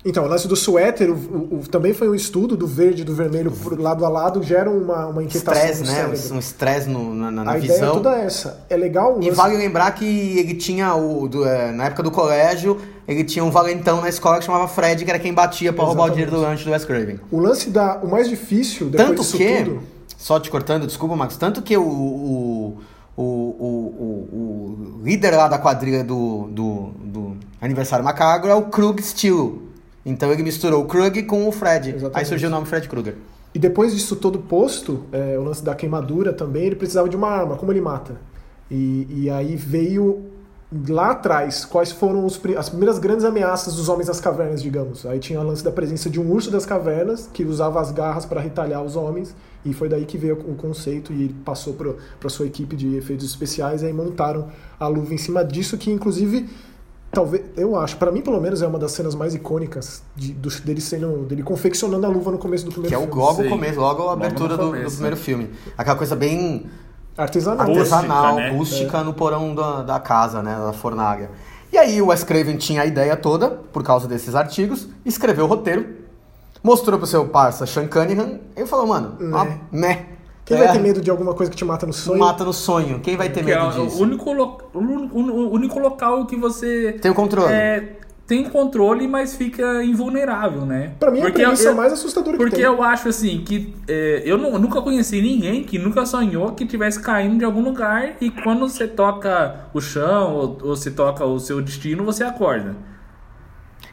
S2: Então, o lance do suéter o, o- o- também foi um estudo do verde e do vermelho por lado a lado, gera uma, uma inquietação
S1: Estresse,
S2: tá no
S1: né?
S2: cérebro.
S1: Um estresse no- na, na- na
S2: A ideia é
S1: visão.
S2: toda essa. É legal o
S1: E
S2: lance-
S1: vale lembrar que ele tinha o. do, eh, na época do colégio, ele tinha um valentão na escola que chamava Fred, que era quem batia pra roubar o dinheiro do lanche do Wes Craven.
S2: O lance da. O mais difícil depois
S1: Tanto
S2: disso
S1: que.
S2: tudo.
S1: Só te cortando, desculpa, Max, tanto que o. o o, o, o- o líder lá da quadrilha do, do, do aniversário macabro é o Krug Steel. Então ele misturou o Krug com o Fred. Aí
S2: Exatamente.
S1: surgiu o nome Fred Krueger.
S2: E depois disso todo posto, é, o lance da queimadura também, ele precisava de uma arma, como ele mata. E, e aí veio lá atrás quais foram os pri- as primeiras grandes ameaças dos homens das cavernas, digamos. Aí tinha o lance da presença de um urso das cavernas que usava as garras para retalhar os homens, e foi daí que veio o conceito e ele passou para sua equipe de efeitos especiais e aí montaram a luva em cima disso que inclusive Talvez, eu acho, pra mim pelo menos é uma das cenas mais icônicas de, do- dele sendo, dele confeccionando a luva no começo do primeiro
S1: Que é o,
S2: filme.
S1: logo o
S4: Sim.
S1: começo, logo a
S4: Logo no
S1: abertura do, do
S4: começo. né?
S1: primeiro filme. Aquela coisa bem
S2: Artesanal.
S1: artesanal,
S4: Rústica, né?
S1: rústica
S2: É.
S1: no porão da, da casa, né, da fornalha. E aí o Wes Craven tinha a ideia toda, por causa desses artigos, escreveu o roteiro, mostrou pro seu parça Sean Cunningham e falou, mano, ó, né,
S2: Quem
S1: É,
S2: vai ter medo de alguma coisa que te mata no sonho?
S1: mata no sonho, quem vai ter
S4: Que é
S1: medo
S4: o
S1: disso?
S4: único, lo- o un- o único local que você.
S1: Tem o controle.
S4: É, tem controle, mas fica invulnerável, né?
S2: Pra mim é a
S4: Porque
S2: premissa
S4: eu-
S2: mais assustadora que
S4: Porque
S2: tem.
S4: eu acho assim que é, eu nu- nunca conheci ninguém que nunca sonhou que tivesse caindo de algum lugar e quando você toca o chão ou, ou você toca o seu destino, você acorda.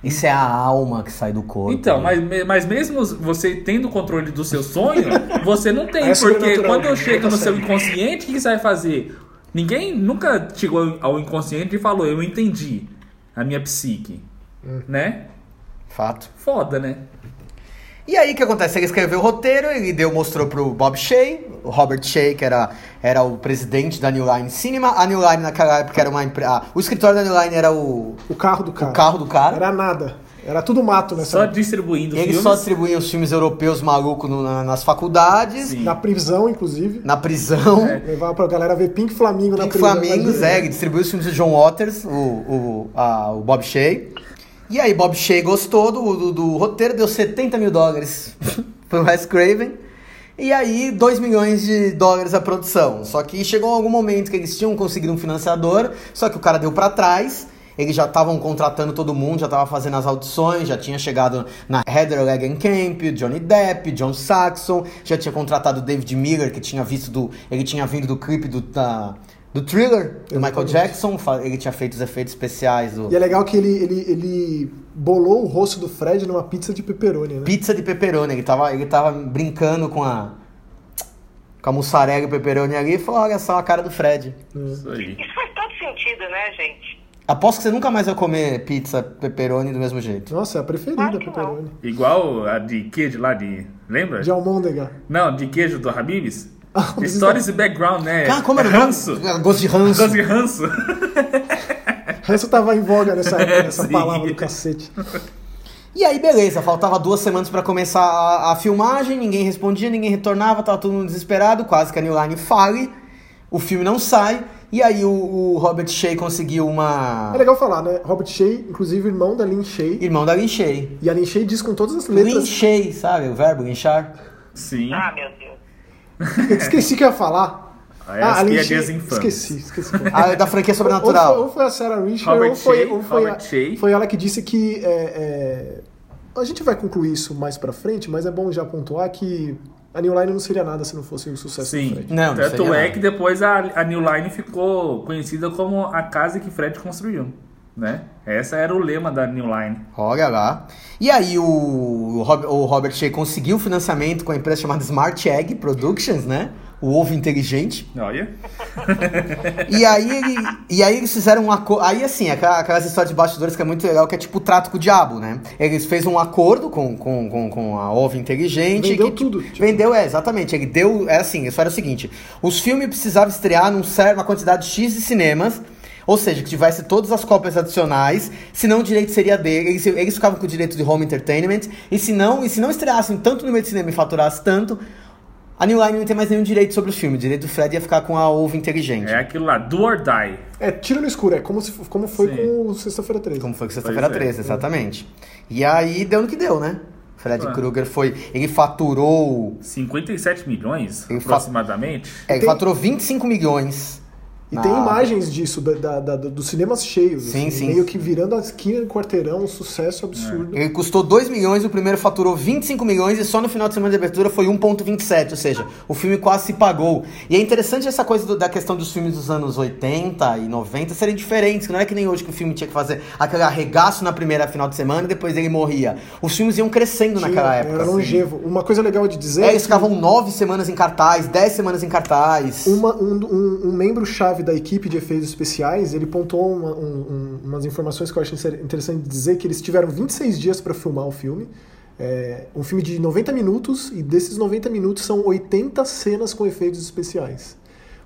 S1: Isso é a alma que sai do corpo.
S4: Então,
S1: né?
S4: mas, me- mas mesmo você tendo o controle do seu sonho, você não tem,
S2: É
S4: porque
S2: sobrenatural,
S4: quando
S2: né?
S4: eu chego no seu
S2: Consegue.
S4: inconsciente, o que que você vai fazer? Ninguém nunca chegou ao inconsciente e falou, eu entendi a minha psique,
S1: Hum.
S4: né?
S1: Fato.
S4: Foda, né?
S1: E aí o que acontece? Ele escreveu o roteiro, ele deu, mostrou pro Bob Shea, o Robert Shea, que era, era o presidente da New Line Cinema. A New Line naquela época era uma empresa. o escritório da New Line era o,
S2: O carro do cara.
S1: o carro do cara.
S2: Era nada. Era tudo mato nessa
S4: Só distribuindo
S1: Ele
S4: filmes.
S1: só distribuía os filmes europeus malucos no- na- nas faculdades,
S4: Sim.
S2: Na prisão, inclusive.
S1: na prisão.
S4: É.
S2: Levava pra galera ver Pink Flamingo na
S1: Pink
S2: prisão.
S1: Flamingo,
S2: Imagina.
S1: é, ele distribuiu os filmes do John Waters, o, o, a- o Bob Shea. E aí, Bob Shea gostou do, do, do roteiro, deu 70 mil dólares pro Wes Craven. E aí, 2 milhões de dólares a produção. Só que chegou algum momento que eles tinham conseguido um financiador, só que o cara deu pra trás. Eles já estavam contratando todo mundo, já estavam fazendo as audições, já tinha chegado na Heather Camp, Johnny Depp, John Saxon, já tinha contratado o David Miller, que tinha visto do. Ele tinha vindo do clipe do, da- do thriller do Michael Jackson, fa- ele tinha feito os efeitos especiais do.
S2: E é legal que ele, ele, ele bolou o rosto do Fred numa pizza de pepperoni, né?
S1: Pizza de pepperoni, ele tava, ele tava brincando com a. Com a mussarela e o pepperoni ali e falou: olha só a cara do Fred.
S4: Isso aí.
S3: Isso faz todo sentido, né, gente?
S1: Aposto que você nunca mais vai comer pizza pepperoni do mesmo jeito.
S2: Nossa, é a preferida,
S3: Claro que
S2: pepperoni.
S4: Igual a de queijo lá de. Lembra?
S2: De almôndega.
S4: Não, de queijo do Habibs?
S2: Ah, mas
S4: Histórias e background, né?
S1: Cara, Ah, como era o nome? É,
S4: ranço.
S1: Gosto de ranço.
S4: Gosto de ranço.
S2: Essa tava em voga nessa época, essa
S4: Sim.
S2: palavra do cacete.
S1: E aí, beleza, faltava duas semanas pra começar a, a filmagem, ninguém respondia, ninguém retornava, tava todo mundo desesperado, quase que a New Line fale, o filme não sai, e aí o, o Robert Shea conseguiu uma...
S2: É legal falar, né? Robert Shea, inclusive irmão da Lin Shea.
S1: Irmão da Lin Shea.
S2: E a Lin Shea diz com todas as
S1: Lin
S2: letras.
S1: Shea, sabe, o verbo linchar.
S4: Sim.
S3: Ah, meu Deus.
S2: Eu esqueci que eu ia falar. Ah,
S4: Aí as piadinhas infames.
S2: Esqueci, esqueci.
S1: Ah, da franquia
S2: Ou foi, ou
S1: Sobrenatural.
S2: foi a Sarah Richard,
S4: Robert
S2: ou foi,
S4: Shea,
S2: ou foi,
S4: Robert Shea.
S2: a, foi ela que disse que. é, é, A gente vai concluir isso mais pra frente, mas é bom já pontuar que a New Line não seria nada se não fosse o sucesso do
S4: Sim.
S2: Fred.
S1: Não, não
S4: Tanto
S1: seria
S4: é
S1: nada.
S4: que depois a, a New Line ficou conhecida como a casa que Fred construiu. Né? Essa era o lema da New Line.
S1: Olha lá. E aí o, o Rob- o Robert Shea conseguiu financiamento com a empresa chamada Smart Egg Productions, né? O ovo inteligente.
S4: Olha.
S1: E aí, ele, e aí eles fizeram um acordo. Aí, assim, aquela- aquelas histórias de bastidores que é muito legal, que é tipo o trato com o diabo, né? Eles fez um acordo com, com, com, com a OVA Inteligente.
S2: Vendeu
S1: que, tipo,
S2: tudo, tipo.
S1: Vendeu, é, exatamente. Ele deu. É assim, isso era o seguinte: os filmes precisavam estrear num cer- uma quantidade X de cinemas. Ou seja, que tivesse todas as cópias adicionais, senão o direito seria dele, eles, eles ficavam com o direito de home entertainment, e se não, e se não estreassem tanto número de cinema e faturasse tanto, A New Line não tem mais nenhum direito sobre o filme. O direito do Fred ia ficar com a ovo inteligente.
S4: É aquilo lá, do or die.
S2: É tiro no escuro, é como, se, como foi
S4: Sim.
S2: com o Sexta-feira 13.
S1: Como foi com sexta-feira
S4: Pois é.
S1: 13, exatamente. E aí deu no que deu, né? Fred
S4: Ah.
S1: Krueger foi. Ele faturou.
S4: 57 milhões,
S1: Eu fa-
S4: aproximadamente.
S1: É, ele
S2: Tem-
S1: faturou 25 milhões.
S2: E
S1: na-
S2: tem imagens disso, da, da- da- dos cinemas cheios.
S1: Ah. Sim,
S2: assim,
S1: sim.
S2: Meio que virando a esquina do quarteirão, um
S4: É.
S2: sucesso absurdo.
S1: Ele custou 2 milhões, o primeiro faturou 25 milhões e só no final de semana de abertura foi 1,27, ou seja, o filme quase se pagou. E é interessante essa coisa do- da questão dos filmes dos anos 80 e 90 serem diferentes, que não é que nem hoje que o filme tinha que fazer aquele arregaço na primeira final de semana e depois ele morria. Os filmes iam crescendo
S2: Tinha- um
S1: naquela época.
S2: Era
S1: assim.
S2: longevo. Uma coisa legal de dizer.
S1: É,
S2: é
S1: eles
S2: que
S1: ficavam nove semanas em cartaz, dez semanas em cartaz.
S2: uma- um, um- um membro-chave da equipe de efeitos especiais, ele pontuou uma- um- um- umas informações que eu achei ser- interessante dizer, que eles tiveram 26 dias para filmar o filme. É, um filme de 90 minutos, e desses 90 minutos são 80 cenas com efeitos especiais.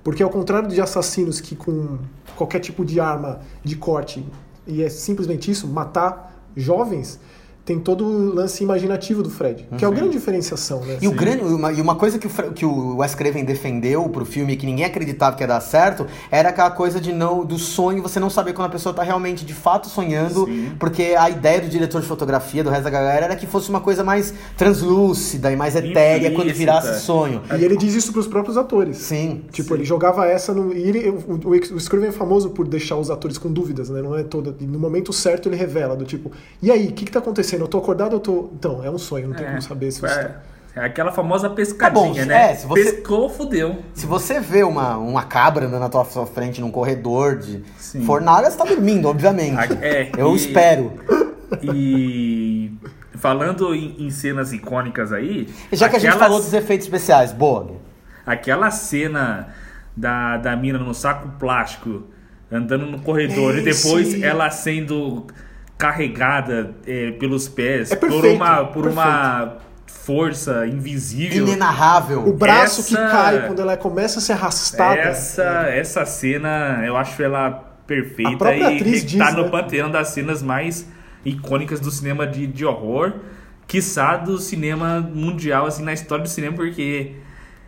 S2: Porque ao contrário de assassinos que com qualquer tipo de arma de corte, e é simplesmente isso, matar jovens, tem todo o lance imaginativo do Fred, que é a grande diferenciação. Né?
S1: Uhum. E, o grande, e uma, e uma coisa que o, Fra- que o Wes Craven defendeu pro filme que ninguém acreditava que ia dar certo era aquela coisa de não do sonho, você não saber quando a pessoa tá realmente de fato sonhando,
S4: Sim.
S1: porque a ideia do diretor de fotografia, do resto da galera, era que fosse uma coisa mais translúcida e mais etérea quando
S4: Implícita.
S1: virasse sonho.
S2: E ele diz isso para os próprios atores.
S1: Sim.
S2: Tipo, ele jogava essa no. E ele, o, o, o Scriven é famoso por deixar os atores com dúvidas, né? Não é toda. e No momento certo ele revela, do tipo, e aí, o que, que tá acontecendo? Eu tô acordado ou eu tô. Então, é um sonho, não tem como saber se você tá.
S4: é, é aquela famosa pescadinha,
S1: se-
S4: né?
S1: Tá é, se você-
S4: Pescou, fudeu.
S1: Se você vê uma, uma cabra andando na tua sua frente num corredor de
S4: Sim.
S1: fornalha, você tá dormindo, obviamente.
S4: Ah, é,
S1: Eu
S4: e-
S1: espero.
S4: E falando em, em cenas icônicas aí.
S1: Já que a gente
S4: aquela-
S1: falou dos efeitos especiais, boa. Bia.
S4: Aquela cena da, da mina no saco plástico andando no corredor
S2: É,
S4: e depois
S2: Esse-
S4: ela sendo carregada é, pelos pés
S2: É
S4: por
S2: perfeito,
S4: uma por uma força invisível.
S1: Inenarrável.
S2: O braço que
S4: Essa-
S2: cai quando ela começa a ser arrastada.
S4: Essa essa cena eu acho ela
S2: A
S4: perfeita
S2: própria
S4: e
S2: atriz
S4: tá
S2: diz,
S4: no
S2: né?
S4: panteão das cenas mais icônicas do cinema de, de horror, quiçá do cinema mundial assim na história do cinema porque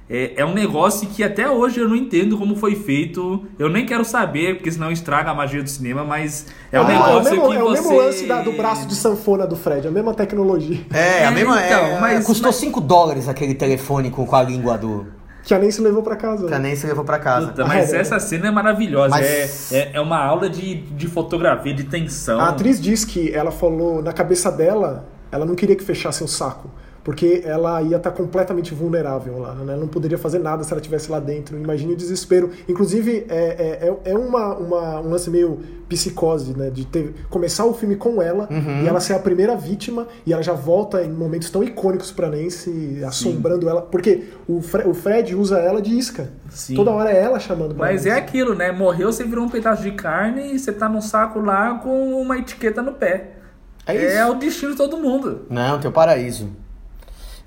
S4: é, é um negócio que até hoje eu não entendo como foi feito. Eu nem quero saber, porque senão estraga a magia do cinema, mas é um
S2: Ah,
S4: negócio
S2: é o mesmo,
S4: que
S2: é o
S4: você...
S2: mesmo lance da- do braço de sanfona do Fred, é a mesma tecnologia.
S1: É, a
S4: É,
S1: mesma. é,
S4: então, mas-
S1: custou
S4: mas-
S1: 5 dólares aquele telefone com, com a língua do.
S2: Que a Nancy levou pra casa. né?
S1: Que a Nancy levou pra casa.
S4: Puta, mas
S2: Ah, é.
S4: essa cena é maravilhosa.
S1: Mas-
S4: É, é, é uma aula de, de fotografia, de tensão.
S2: A atriz diz que ela falou, na cabeça dela, ela não queria que fechassem o saco. Porque ela ia estar completamente vulnerável lá, né? Ela não poderia fazer nada se ela estivesse lá dentro. Imagine o desespero. Inclusive, é, é, é- é uma, uma- um lance meio psicose, né? De ter, começar o filme com ela
S4: Uhum.
S2: e ela ser a primeira vítima e ela já volta em momentos tão icônicos pra Nancy, assombrando ela. Porque o, Fre- o Fred usa ela de isca.
S4: Sim.
S2: Toda hora é ela chamando pra
S4: Mas é
S2: Nancy.
S4: aquilo, né? Morreu, você virou um pedaço de carne e você tá num saco lá com uma etiqueta no pé.
S1: É isso.
S4: o destino de todo mundo.
S1: Não, teu paraíso.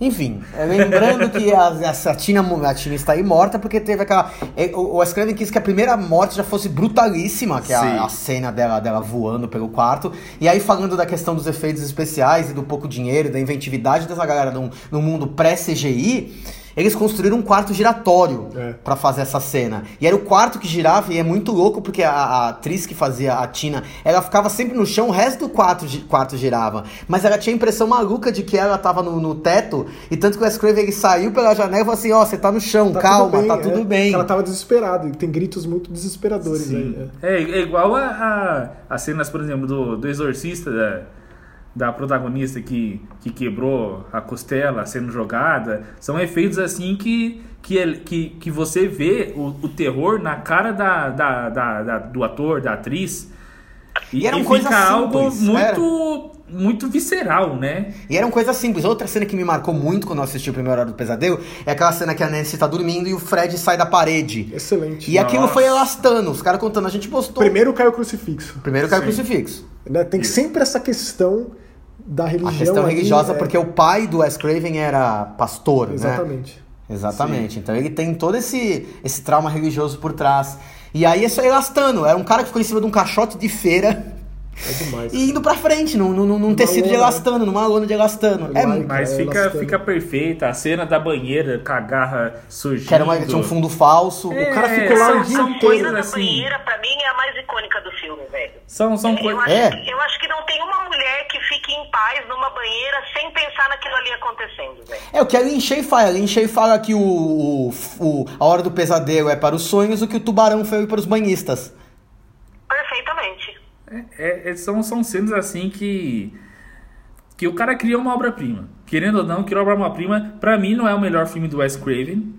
S1: Enfim, é, lembrando que a, a, a Tina, a Tina está aí morta porque teve aquela. é, O, o Scranton quis que a primeira morte já fosse brutalíssima, que é
S4: Sim.
S1: a, a cena dela, dela voando pelo quarto. E aí, falando da questão dos efeitos especiais e do pouco dinheiro, da inventividade dessa galera num, num mundo pré-CGI, eles construíram um quarto giratório
S2: É.
S1: pra fazer essa cena. E era o quarto que girava, e é muito louco porque a, a atriz que fazia a Tina, ela ficava sempre no chão, o resto do quarto, gi- quarto girava. Mas ela tinha a impressão maluca de que ela tava no, no teto, e tanto que o Wes Craven ele saiu pela janela e falou assim: Ó, você tá no chão,
S2: Tá
S1: calma,
S2: tudo bem,
S1: tá
S2: é.
S1: tudo bem.
S2: Ela tava desesperada e tem gritos muito desesperadores aí. é.
S4: É, é igual a, a, as cenas, por exemplo, do, do exorcista da, da protagonista que, que quebrou a costela sendo jogada. São efeitos assim que, que, é- que, que você vê o, o terror na cara da, da, da- da- do ator, da atriz.
S1: E eram coisas
S4: fica algo
S1: simples, é. era.
S4: muito, muito visceral, né?
S1: E era uma coisa simples. Outra cena que me marcou muito quando eu assisti o primeiro Hora do Pesadelo é aquela cena que a Nancy tá dormindo e o Fred sai da parede.
S2: Excelente.
S1: E aquilo
S4: Nossa.
S1: foi elastando, os caras contando, a gente postou.
S2: Primeiro cai o crucifixo.
S1: Primeiro caiu o
S4: Sim.
S1: crucifixo.
S2: né? Tem sempre essa questão da religião.
S1: A questão
S2: aí,
S1: religiosa,
S2: é,
S1: porque o pai do Wes Craven era pastor, né?
S2: Exatamente.
S1: Exatamente. Então ele tem todo esse, esse É trauma religioso por trás. E aí é só elastano. Era um cara que ficou em cima de um caixote de feira
S2: É demais.
S1: E indo pra frente, num, num, num
S2: Numa
S1: tecido de
S2: lona,
S1: elastano, numa lona de elastano. É,
S2: Lá em
S1: mu-
S4: Mas
S2: É,
S4: fica,
S2: elastano.
S4: fica perfeita. A cena da banheira com a garra surgindo.
S1: que era uma, tinha um fundo falso.
S4: É,
S2: cara ficou lá
S4: são,
S2: o dia
S4: são
S2: inteiro. né?
S4: coisas
S3: da
S4: assim.
S3: banheira, pra mim, é a mais icônica do filme, velho.
S4: São, são
S3: Eu
S4: coisas.
S3: acho,
S1: É.
S3: eu acho que não tem uma mulher que fique em paz numa banheira sem pensar naquilo ali acontecendo, velho.
S1: É, o que a Linchei fala. A Linchei fala que o, o- o- a hora do pesadelo é para os sonhos, o que o tubarão foi para os banhistas.
S3: Perfeitamente.
S4: É, é- são, são cenas assim que. Que o cara criou uma obra-prima. Querendo ou não, criou uma obra-prima. Pra mim, não é o melhor filme do Wes Craven.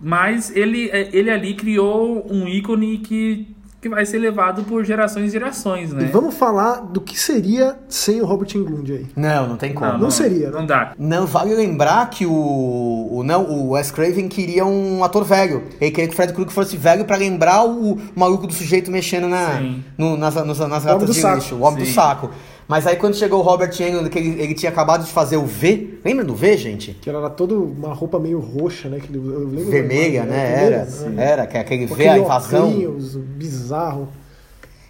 S4: Mas ele, é- ele ali criou um ícone que, que vai ser levado por gerações e gerações,
S2: E
S4: né?
S2: vamos falar do que seria sem o Robert Englund aí.
S1: Não, não tem como.
S2: não seria, né?
S4: Não dá.
S1: Não, vale lembrar que o, o, não, o Wes Craven queria um ator velho. Ele queria que o Fred Krueger fosse velho pra lembrar o maluco do sujeito mexendo na,
S4: Sim.
S1: no- nas, nas, nas
S2: Homem do
S1: latas de
S2: saco.
S1: lixo, o homem do
S4: Sim.
S1: saco. Mas aí quando chegou o Robert Englund, que ele, ele tinha acabado de fazer o V, lembra do V, gente?
S2: Que ela era toda uma roupa meio roxa, né? Que ele- eu lembro
S1: Vermelha, né? Era, era, que é aquele
S2: Com
S1: V, a
S2: aquele
S1: invasão.
S2: óculos bizarro.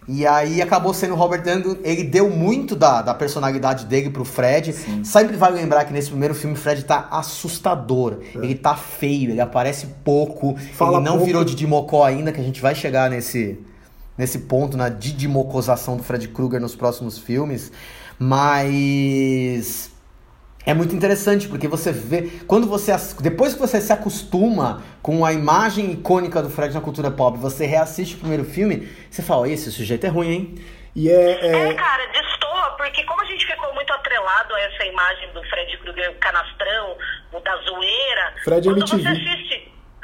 S1: E aí acabou sendo o Robert Englund, ele deu muito da, da personalidade dele pro Fred. Sempre vale lembrar que nesse primeiro filme o Fred tá assustador. Ele tá feio, ele aparece pouco,
S2: É. Fala
S1: ele não
S2: pouco.
S1: virou Didi Mocó ainda, que a gente vai chegar nesse, nesse ponto, na didimocosação do Fred Krueger nos próximos filmes. Mas... É muito interessante porque você vê quando você as- depois que você se acostuma com a imagem icônica do Fred na cultura pop, você reassiste o primeiro filme, você fala, esse sujeito é ruim, hein?
S2: E é,
S3: É,
S2: é-
S3: cara, destoa, porque como a gente ficou muito atrelado a essa imagem do Fred Krueger canastrão, o da zoeira,
S2: Fred
S3: quando
S2: MTV.
S3: você assiste,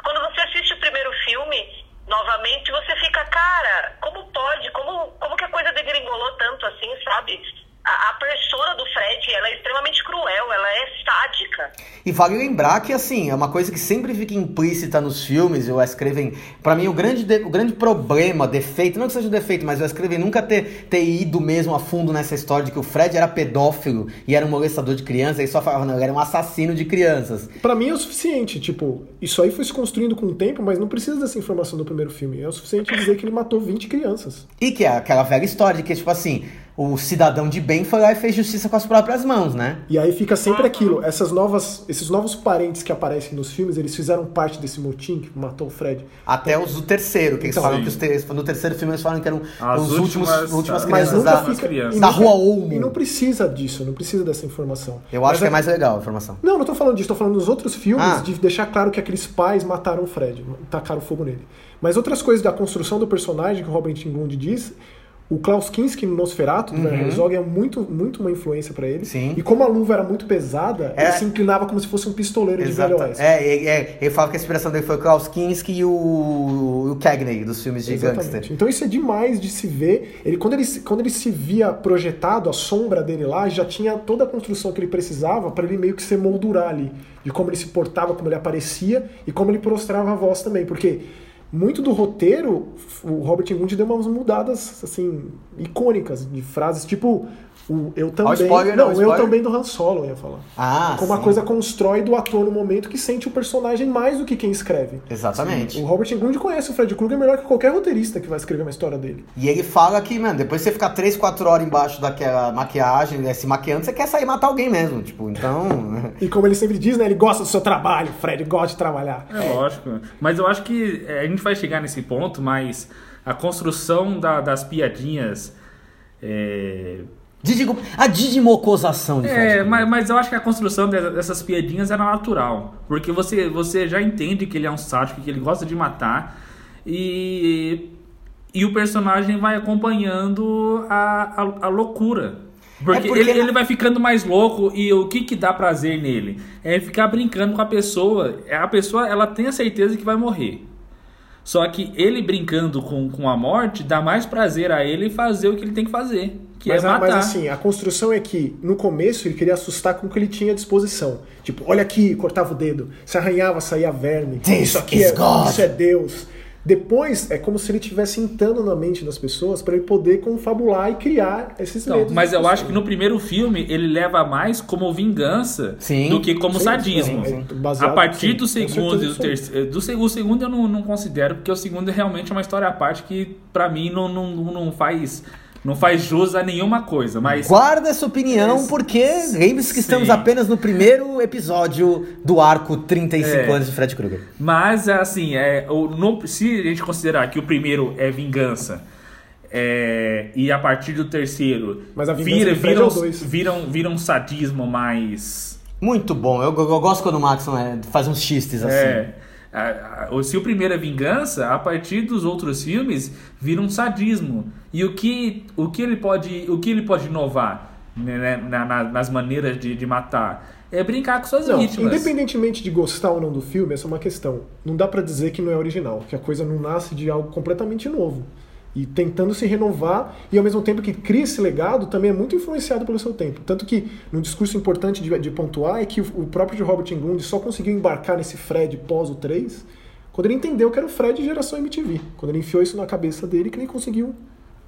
S3: quando você assiste o primeiro filme, novamente você fica, cara, como pode? Como, como que a coisa degringolou tanto assim, sabe? A, a persona do Fred, ela é extremamente cruel, ela é sádica.
S1: E vale lembrar que, assim, é uma coisa que sempre fica implícita nos filmes, e o Wes Craven, pra mim, o grande, de- o grande problema, defeito, não que seja um defeito, mas o Wes Craven nunca ter, ter ido mesmo a fundo nessa história de que o Fred era pedófilo e era um molestador de crianças, ele só falava, não, ele era um assassino de crianças.
S2: pra mim é o suficiente. Tipo, isso aí foi se construindo com o tempo, mas não precisa dessa informação do primeiro filme. É o suficiente dizer que ele matou 20 crianças.
S1: E que é aquela velha história de que, tipo assim, o cidadão de bem foi lá e fez justiça com as próprias mãos, né?
S2: E aí fica
S4: Ah, tá.
S2: sempre aquilo. Essas novas, esses novos parentes que aparecem nos filmes, eles fizeram parte desse motim que matou o Fred.
S1: Até os do terceiro, que eles
S2: Então,
S1: falam
S4: sim.
S1: que os ter- no terceiro filme eles falam que eram
S4: As
S1: os últimos,
S4: últimas-
S1: últimas
S4: as
S2: Mas
S1: crianças
S2: nunca
S1: da,
S4: as
S2: fica,
S4: crianças.
S2: e
S1: da
S2: nunca-
S1: rua Olmo.
S2: E não precisa disso, não precisa dessa informação.
S1: Eu acho
S2: Mas
S1: que é
S2: a-
S1: mais legal a informação.
S2: Não, não tô falando disso, tô falando nos outros filmes,
S1: Ah.
S2: de deixar claro que aqueles pais mataram o Fred, tacaram fogo nele. Mas outras coisas da construção do personagem que o Robert Englund diz, o Klaus Kinski no Nosferatu, do Werner Herzog, é muito, muito uma influência pra ele.
S1: Uhum. Sim.
S2: E como a luva era muito pesada,
S1: É.
S2: ele se inclinava como se fosse um pistoleiro de velho
S1: Exato.
S2: oeste.
S1: É, é, é, ele fala que a inspiração dele foi o Klaus Kinski e o, o Cagney dos filmes de
S2: Exatamente.
S1: gangster.
S2: Então isso é demais de se ver. Ele quando ele se- quando ele se via projetado, a sombra dele lá já tinha toda a construção que ele precisava pra ele meio que se moldurar ali, de como ele se portava, como ele aparecia e como ele prostrava a voz também, porque muito do roteiro, o Robert Englund deu umas mudadas assim icônicas de frases tipo o eu também,
S1: spoiler,
S2: não,
S1: não,
S2: eu
S1: spoiler.
S2: também do Han Solo, eu ia falar.
S1: Ah,
S2: como a
S1: sim.
S2: coisa constrói do ator no momento que sente o personagem mais do que quem escreve.
S1: Exatamente.
S2: O Robert Englund conhece o Fred Krueger melhor que qualquer roteirista que vai escrever uma história dele.
S1: E ele fala que, mano, depois você ficar 3, 4 horas embaixo daquela maquiagem, né, se maquiando, você quer sair e matar alguém mesmo. Tipo, então.
S2: E como ele sempre diz, né? Ele gosta do seu trabalho, Fred, gosta de trabalhar.
S4: É lógico. Mas eu acho que eh, a gente vai chegar nesse ponto, mas a construção da- das piadinhas. É,
S1: Didi, a didimocosação de Fred
S4: é
S1: Krueger.
S4: mas, mas eu acho que a construção de- dessas piadinhas era natural. Porque você, você já entende que ele é um sádico, que ele gosta de matar. E, e o personagem vai acompanhando a, a, a loucura. Porque,
S1: É porque
S4: ele,
S1: na-
S4: ele vai ficando mais louco e o que que dá prazer nele? É ficar brincando com a pessoa. É, A pessoa, ela tem a certeza que vai morrer. Só que ele brincando com, com a morte dá mais prazer a ele fazer o que ele tem que fazer, que
S2: mas,
S4: é
S2: a-
S4: matar.
S2: mas assim, a construção é que, no começo, ele queria assustar com o que ele tinha à disposição. Tipo, olha aqui, cortava o dedo, se arranhava, saía verme.
S1: This
S2: isso aqui
S1: is
S2: é,
S1: God.
S2: isso é Deus. Depois, é como se ele estivesse entrando na mente das pessoas para ele poder confabular e criar esses
S4: Então,
S2: medos.
S4: mas
S2: das
S4: eu acho que
S2: pessoas.
S4: no primeiro filme ele leva mais como vingança
S1: Sim.
S4: do que como
S2: Sim,
S4: sadismo.
S2: sim, sim. Baseado,
S4: a partir
S2: sim,
S4: do
S2: com
S4: segundo
S2: certeza é
S4: e do
S2: sim.
S4: terceiro. Do segundo, o segundo eu não, não considero, porque o segundo é realmente uma história à parte que pra mim não, não, não faz não faz jus a nenhuma coisa, mas
S1: Guarda essa opinião, porque lembre-se que estamos
S4: Sim.
S1: apenas no primeiro episódio do arco 35
S4: É.
S1: anos de Fred Krueger.
S4: Mas assim, é, o- no- se a gente considerar que o primeiro é vingança é, e a partir do terceiro
S2: Mas a vingança do Fred é
S4: viram,
S2: o dois.
S4: viram, viram um sadismo mais.
S1: Muito bom, eu, eu gosto quando o Max é, faz uns chistes assim.
S4: é, a- a- o- se o primeiro é vingança, a partir dos outros filmes vira um sadismo. E o que, o que, ele, pode, o que ele pode inovar né, né, na- na- nas maneiras de, de matar? É brincar com suas
S2: Não,
S4: vítimas.
S2: independentemente de gostar ou não do filme, essa é uma questão. Não dá pra dizer que não é original, que a coisa não nasce de algo completamente novo. E tentando se renovar, e ao mesmo tempo que cria esse legado, também é muito influenciado pelo seu tempo. Tanto que, num discurso importante de, de pontuar, é que o, o próprio Robert Englund só conseguiu embarcar nesse Fred pós o 3 quando ele entendeu que era o Fred geração MTV. Quando ele enfiou isso na cabeça dele, que ele conseguiu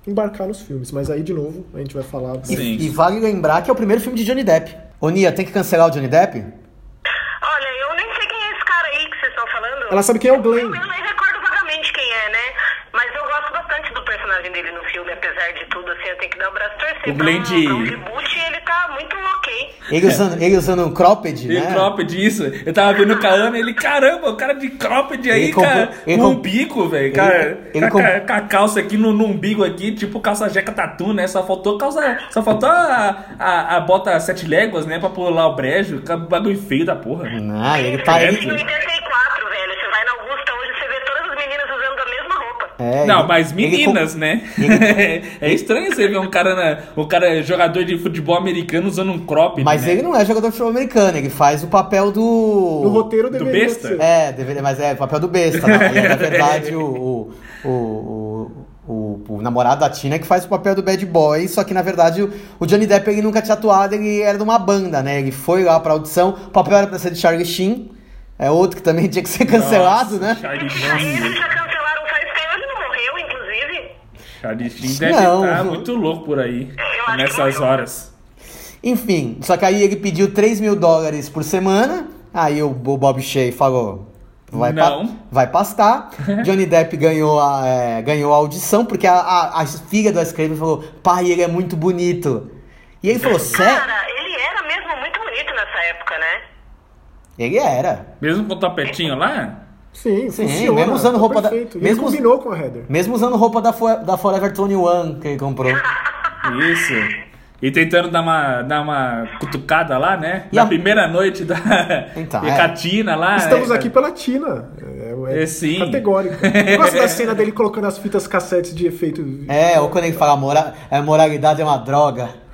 S2: embarcar nos filmes. Mas aí, de novo, a gente vai falar.
S1: E,
S4: Sim.
S1: e vale lembrar que é o primeiro filme de Johnny Depp. Ô Nia, tem que cancelar o Johnny Depp?
S3: Olha, eu nem sei quem é esse cara aí que vocês estão falando.
S2: Ela sabe quem é o Glenn.
S3: Eu, eu nem recordo vagamente quem é, né? Mas eu gosto bastante do personagem dele no filme, apesar de tudo, assim, eu tenho que dar o braço a torcer.
S4: O Glenn
S3: Pra um- pra um
S4: de-
S3: reboot, ele tá muito ok.
S1: Ele usando, ele usando um cropped,
S4: E
S1: né?
S4: É. cropped, isso. Eu tava vendo o Kaana ele, caramba, o cara de cropped aí,
S1: Ele comprou-
S4: cara,
S1: ele
S4: com
S1: com-
S4: um bico, velho. Cara,
S1: ele
S4: com, a,
S1: com-
S4: com a calça aqui no, no umbigo aqui, tipo calça jeca tatu, né? Só faltou calça. Só faltou a, a, a bota sete léguas, né? Pra pular o brejo. Cara, Bagulho feio da porra.
S1: Ah, ele tá.
S3: Ele
S1: Ele,
S3: tem 84, velho. Você vai na Augusta hoje, você vê todas as meninas usando a mesma roupa.
S1: é,
S4: Não,
S1: ele-
S4: mas
S1: ele
S4: meninas, né? é estranho você ver um cara, na, um cara jogador de futebol americano usando um cropped.
S1: Mas
S4: né?
S1: ele não é jogador de futebol americano, ele faz o papel do.
S2: No roteiro
S4: Do
S2: deveria
S4: besta?
S2: ser.
S1: É, deveria, mas é o papel do besta. Não. Ele é, na verdade, o, o, o, o, o namorado da Tina é que faz o papel do bad boy, só que na verdade o, o Johnny Depp ele nunca tinha atuado, ele era de uma banda, né? Ele foi lá pra audição, o papel era pra ser de Charlie Sheen, é outro que também tinha que ser cancelado,
S4: É, Nossa,
S1: né?
S4: Charlie
S3: Esse já-
S4: Sheen,
S3: Eles já cancelaram faz tempo, ele não morreu, inclusive.
S4: Charlie Sheen deve
S1: Não,
S4: estar
S1: viu?
S4: muito louco por aí.
S3: Eu acho
S4: Nessas
S3: que não.
S4: horas.
S1: Enfim, só que aí ele pediu 3 mil dólares por semana. Aí o o Bob Shea falou: vai, pa-
S4: Não.
S1: vai pastar. Johnny Depp ganhou a, é, ganhou a audição, porque a, a, a filha do Scraven falou: pai, ele é muito bonito. E ele falou: sério?
S3: Cara, ele era mesmo muito bonito nessa época, né?
S1: Ele era.
S4: Mesmo com o topetinho lá?
S2: Sim,
S1: Sim,
S2: funciona,
S1: mesmo usando
S2: tá
S1: roupa da-
S2: perfeito. E
S1: mesmo-
S2: ele combinou com a Heather.
S1: Mesmo usando roupa da, Fo- da Forever 21 que ele comprou.
S4: Isso. E tentando dar uma, dar uma cutucada lá, né?
S1: E
S4: Na
S1: a-
S4: primeira noite da
S1: Então, é.
S4: Hecatina lá.
S2: Estamos
S4: é,
S2: aqui pela Tina. É, é
S4: É, sim.
S2: categórico. Eu gosto da cena dele colocando as fitas cassetes de efeito.
S1: É, ou quando ele fala: "Mora- é, moralidade é uma droga.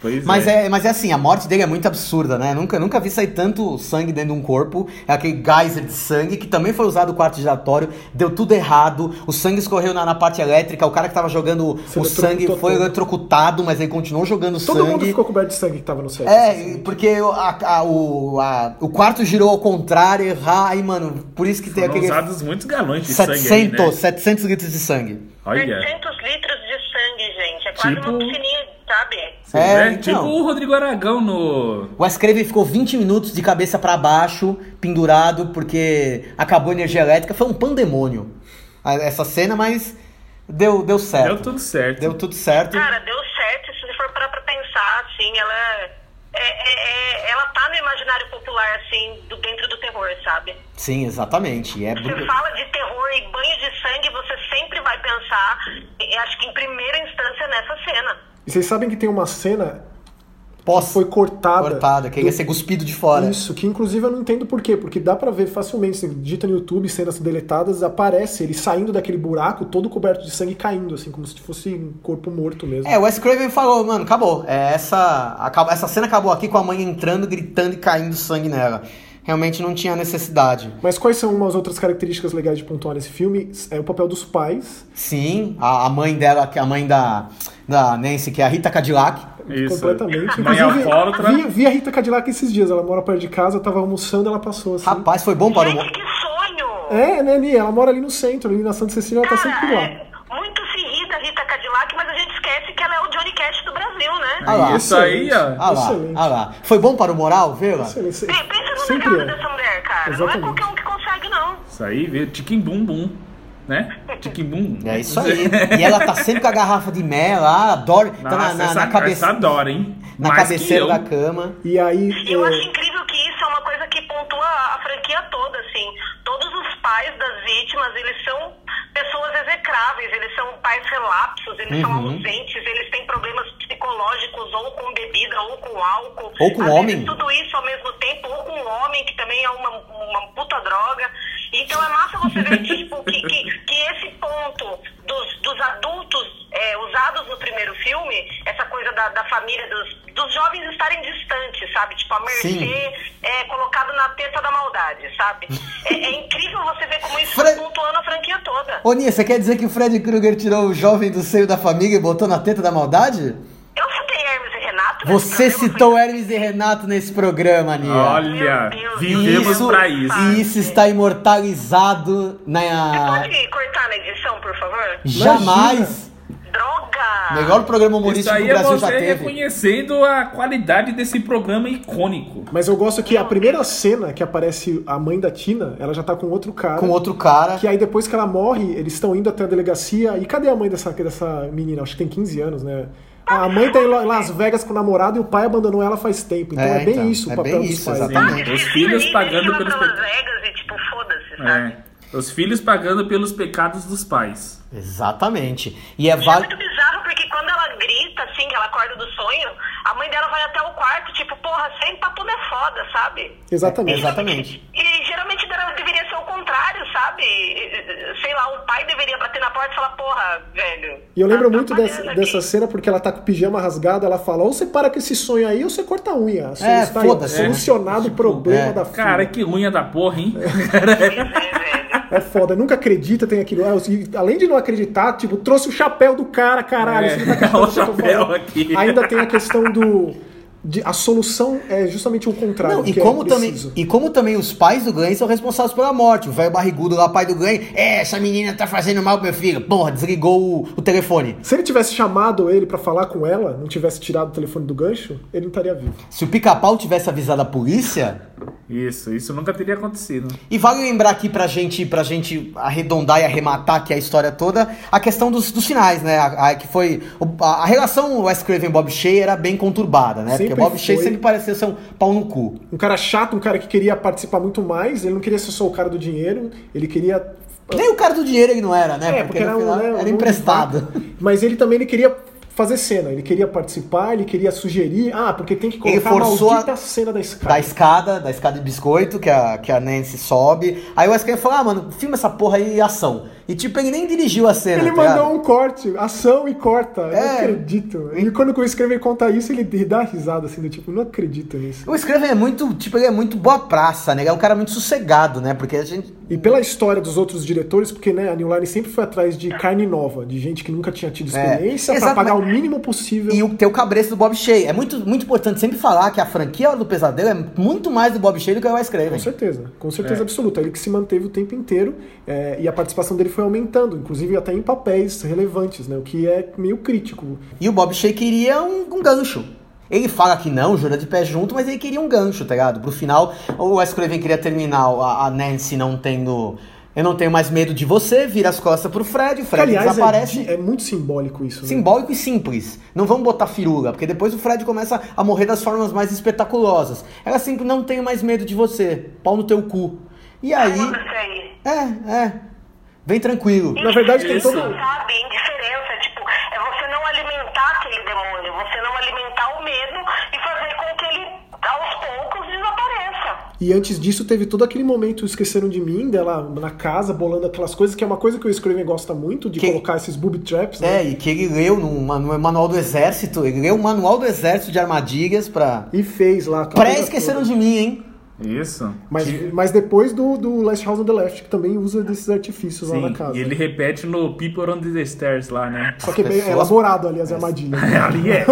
S4: Pois
S1: Mas
S4: é.
S2: Né?
S1: é, mas é assim, a morte dele é muito absurda, né? Nunca, nunca vi sair tanto sangue dentro de um corpo. É aquele geyser de sangue que também foi usado no quarto giratório, deu tudo errado, o sangue escorreu na, na parte elétrica, o cara que tava jogando
S2: Se
S1: o sangue
S2: eletrocutou
S1: foi
S2: todo.
S1: eletrocutado, mas ele continuou jogando
S2: Todo
S1: sangue.
S2: mundo ficou coberto de sangue que tava no set. assim.
S1: É, e porque a- a- o, a- o quarto girou ao contrário, errar, aí, mano, por isso que tem
S4: Foram
S1: aquele.
S4: usados muitos galões de
S1: 700,
S4: sangue aí, né?
S1: 700 litros de sangue.
S4: Olha.
S3: 700 litros de sangue, gente. É quase
S4: Tipo-
S3: uma piscininha, sabe?
S4: Você
S1: É,
S4: vê?
S1: então.
S4: Tipo o Rodrigo Aragão no...
S1: O Ascraven ficou 20 minutos de cabeça pra baixo, pendurado, porque acabou a energia elétrica. Foi um pandemônio a- essa cena, mas deu, deu certo.
S4: Deu tudo certo.
S1: É, Deu tudo certo.
S3: Cara, deu certo. Se você for parar pra pensar, assim, ela. é- é- é- ela tá no imaginário popular, assim, do, dentro do terror, sabe?
S1: Sim, exatamente. É
S3: Você
S2: Uhum.
S1: bru-
S3: fala de terror e banho de sangue, você sempre vai pensar, e acho que em primeira instância, nessa cena.
S2: E vocês sabem que tem uma cena que
S1: pós
S2: foi cortada.
S1: cortada, que
S2: do-
S1: ia ser cuspido de fora.
S2: Isso, que inclusive eu não entendo por quê, porque dá pra ver facilmente, você digita no YouTube cenas deletadas, aparece ele saindo daquele buraco todo coberto de sangue e caindo, assim, como se fosse um corpo morto mesmo.
S1: É, o Wes Craven falou, mano, acabou. É, essa, acaba- essa cena acabou aqui com a mãe entrando, gritando e caindo sangue nela. Realmente não tinha necessidade.
S2: Mas quais são umas outras características legais de pontuar nesse filme? É o papel dos pais,
S1: Sim, a, a mãe dela, que a mãe da, da Nancy, que é a Rita Cadillac.
S4: Isso.
S2: Completamente.
S4: Mãe
S2: Inclusive,
S4: alcoólatra.
S2: vi, vi a Rita Cadillac esses dias. Ela mora perto de casa, eu tava almoçando, ela passou assim.
S1: Rapaz, foi bom para o.
S3: Gente, que sonho!
S2: É, né, Nia? Ela mora ali no centro, ali na Santa Cecília, ela tá sempre por
S3: Cara,
S2: lá.
S3: é, muito se ri da Rita Cadillac, mas a gente esquece que ela é o Johnny Cash do Brasil, né?
S1: Ah lá.
S4: Isso aí, ó.
S1: Ah lá,
S2: Excelente.
S1: ah lá. Foi bom para o moral, vê-la?
S2: Excelente.
S3: Pe- é, Pensa no
S2: Sempre
S3: legado
S2: é.
S3: dessa mulher, cara. Não é
S2: Exatamente.
S3: qualquer um que consegue, não.
S4: Isso aí, viu? Tiquim bum bum. né? Tiquimbum.
S1: É isso aí. E ela tá sempre com a garrafa de mel lá, dorme, tá na,
S4: Nossa,
S1: na,
S4: essa,
S1: na, cabe...
S4: essa adora, hein?
S1: na
S4: Mais que
S1: cabeceira
S4: eu.
S1: da cama.
S2: E aí.
S3: Eu
S1: um
S2: é,
S3: acho incrível que isso é uma coisa que pontua a franquia toda, assim. Todos os pais das vítimas, eles são pessoas execráveis, eles são pais relapsos, eles são
S1: Uhum.
S3: ausentes, eles têm problemas psicológicos ou com bebida ou com álcool.
S1: Ou com
S3: Às
S1: homem.
S3: Vezes, tudo isso ao mesmo tempo, ou com homem, que também é uma, uma puta droga. Então é massa você ver tipo, que, que, que esse ponto dos, dos adultos é, usados no primeiro filme, essa coisa da, da família, dos, dos jovens estarem distantes, sabe? Tipo, a mercê
S1: Sim.
S3: é colocado na teta da maldade, sabe? É, é incrível você ver como isso
S1: Fre-
S3: tá pontuando a franquia toda.
S1: Ô, Nia, você quer dizer que o Fred Krueger tirou o jovem do seio da família e botou na teta da maldade?
S3: Eu citei é Hermes e Renato. nesse
S1: Você
S3: programa, foi-
S1: citou Hermes e Renato nesse programa, Nia.
S4: Olha,
S3: Meu Deus.
S4: vivemos
S3: Isso-
S4: pra isso.
S1: E isso está imortalizado na.
S3: Pode cortar na edição, por favor?
S1: Jamais!
S3: Droga!
S1: Melhor programa
S4: Isso
S1: humorístico que o
S4: aí é
S1: Brasil
S4: você
S1: já teve.
S4: reconhecendo a qualidade desse programa icônico.
S2: Mas eu gosto que a primeira cena que aparece a mãe da Tina, ela já tá com outro cara.
S1: Com outro cara.
S2: Que aí depois que ela morre, eles estão indo até a delegacia. E cadê a mãe dessa, dessa menina? Acho que tem 15 anos, né?
S3: Ah,
S2: A mãe tá em La- Las
S3: é.
S2: Vegas com o namorado e o pai abandonou ela faz tempo. Então é,
S1: É,
S2: bem
S1: então,
S2: isso o
S1: é
S2: papel
S1: bem
S2: dos
S1: isso,
S2: pais. né?
S1: exatamente.
S3: Sabe,
S4: Os
S3: se
S4: filhos
S3: feliz,
S4: pagando
S3: desfila
S4: pelos
S3: pra Las
S4: pe-
S3: Vegas e tipo, foda-se, sabe?
S4: É. Os filhos pagando pelos pecados dos pais.
S1: Exatamente. E é
S3: E é muito
S1: válido.
S3: bizarro porque quando ela grita, assim, que ela acorda do sonho, a mãe dela vai até o quarto, tipo, porra, você empatou minha é foda, sabe?
S2: Exatamente.
S1: Exatamente.
S3: E geralmente dera- deveria ser o contrário, sabe? E, e, Sei lá, o pai deveria bater na porta e falar, porra, velho.
S2: E eu
S3: tá
S2: lembro muito dessa,
S3: atrapalhando aqui.
S2: dessa cena porque ela tá com o pijama rasgado, ela fala, ou você para com esse sonho aí, ou você corta a unha. Solu- tá aí,
S1: foda-se, né?
S2: Solucionado o problema
S1: é.
S2: da filha.
S4: Cara, que unha da porra, hein?
S3: Pois é, velho.
S2: É foda, nunca acredita, tem aquilo. Ah, e Além de não acreditar, tipo, trouxe o chapéu do cara, caralho. você
S4: É,
S2: não tá acreditando
S4: o
S2: no que eu tô
S4: chapéu
S2: falando.
S4: aqui.
S2: Ainda tem a questão do. de- a solução é justamente o contrário.
S1: Não,
S2: do
S1: e,
S2: que
S1: como
S2: é
S1: também,
S2: preciso.
S1: e como também os pais do Glenn são responsáveis pela morte. O velho barrigudo lá, pai do Glenn, é, essa menina tá fazendo mal pro meu filho. Porra, desligou o, o telefone.
S2: Se ele tivesse chamado ele pra falar com ela, não tivesse tirado o telefone do gancho, ele não estaria vivo.
S1: Se o pica-pau tivesse avisado a polícia,
S4: Isso, isso nunca teria acontecido.
S1: E vale lembrar aqui pra gente, pra gente arredondar e arrematar aqui a história toda, a questão dos, dos sinais, né? A, a- que foi. o- A, a relação Wes Craven e Bob Shea era bem conturbada, né?
S2: Sempre
S1: Porque o Bob Shea
S2: foi.
S1: sempre parecia ser um pau no cu.
S2: Um cara chato, um cara que queria participar muito mais, ele não queria ser só o cara do dinheiro, ele queria.
S1: Nem o cara do dinheiro ele não era, né?
S2: É, porque era,
S1: É, no
S2: um,
S1: final
S2: né, um
S1: era
S2: monte de
S1: emprestado.
S2: vaca. Mas ele também ele queria fazer cena, ele queria participar, ele queria sugerir. Ah, porque tem que
S1: Ele
S2: colocar a
S1: forçou a-
S2: maldita cena da escada.
S1: Da escada, da escada de biscoito que a, que a Nancy sobe. Aí o Wes Craven falou: ah, mano, filma essa porra aí e ação. E tipo, ele nem dirigiu a cena.
S2: Ele
S1: tá ligado?
S2: mandou um corte, ação e corta. Eu não
S1: É.
S2: acredito. E quando o Screamer conta isso, ele dá risada assim, do tipo, não acredito nisso.
S1: O Craven é muito, tipo, ele é muito boa praça, né? Ele é um cara muito sossegado, né? Porque a gente.
S2: E pela história dos outros diretores, porque né, a New Line sempre foi atrás de carne nova, de gente que nunca tinha tido experiência, pra
S1: É. Exato,
S2: pagar
S1: mas-
S2: o mínimo possível.
S1: E o, ter o cabresto do Bob Shea. É muito, muito importante sempre falar que a franquia Hora do Pesadelo é muito mais do Bob Shea do que o Wes
S2: Com
S1: Craven.
S2: certeza, com certeza
S4: É.
S2: absoluta. Ele que se manteve o tempo inteiro é, e a participação dele foi aumentando, inclusive até em papéis relevantes, né? O que é meio crítico.
S1: E o Bob Shea queria um, um gancho. Ele fala que não, jura de pé junto, mas ele queria um gancho, tá ligado? Pro final, o Wes Craven queria terminar a, a Nancy não tendo... Eu não tenho mais medo de você, vira as costas pro Fred, o
S2: Que,
S1: Fred
S2: aliás, é,
S1: desaparece.
S2: di- é muito simbólico isso. né?
S1: Simbólico e simples. Não vamos botar firula, porque depois o Fred começa a morrer das formas mais espetaculosas. Ela sempre não tenho mais medo de você. Pau no teu cu. E aí.
S3: Foda-se aí.
S1: É, é. Vem tranquilo.
S2: Na verdade, tem
S3: Isso.
S2: todo-
S3: Sabe, indiferença, tipo, é você não alimentar aquele demônio, você não alimentar o medo e fazer com que ele, aos poucos, desapareça.
S2: E antes disso teve todo aquele momento Esqueceram de Mim, dela na casa, bolando aquelas coisas, que é uma coisa que o Screamer gosta muito, de
S1: Que-
S2: colocar esses booby traps, né?
S1: É, e que ele leu no manu- manual do exército, ele leu o manual do exército de armadilhas pra.
S2: E fez lá. com a
S1: Pré
S2: coisa
S1: esqueceram É.
S2: toda.
S1: de mim, hein?
S4: Isso.
S2: Mas, mas depois do, do Last House on the Left, que também usa desses artifícios lá
S4: Sim,
S2: na casa.
S4: e ele repete no People on the Stairs lá, né?
S2: Só que é bem
S1: As pessoas-
S2: elaborado, aliás, a armadilha.
S4: Ali é.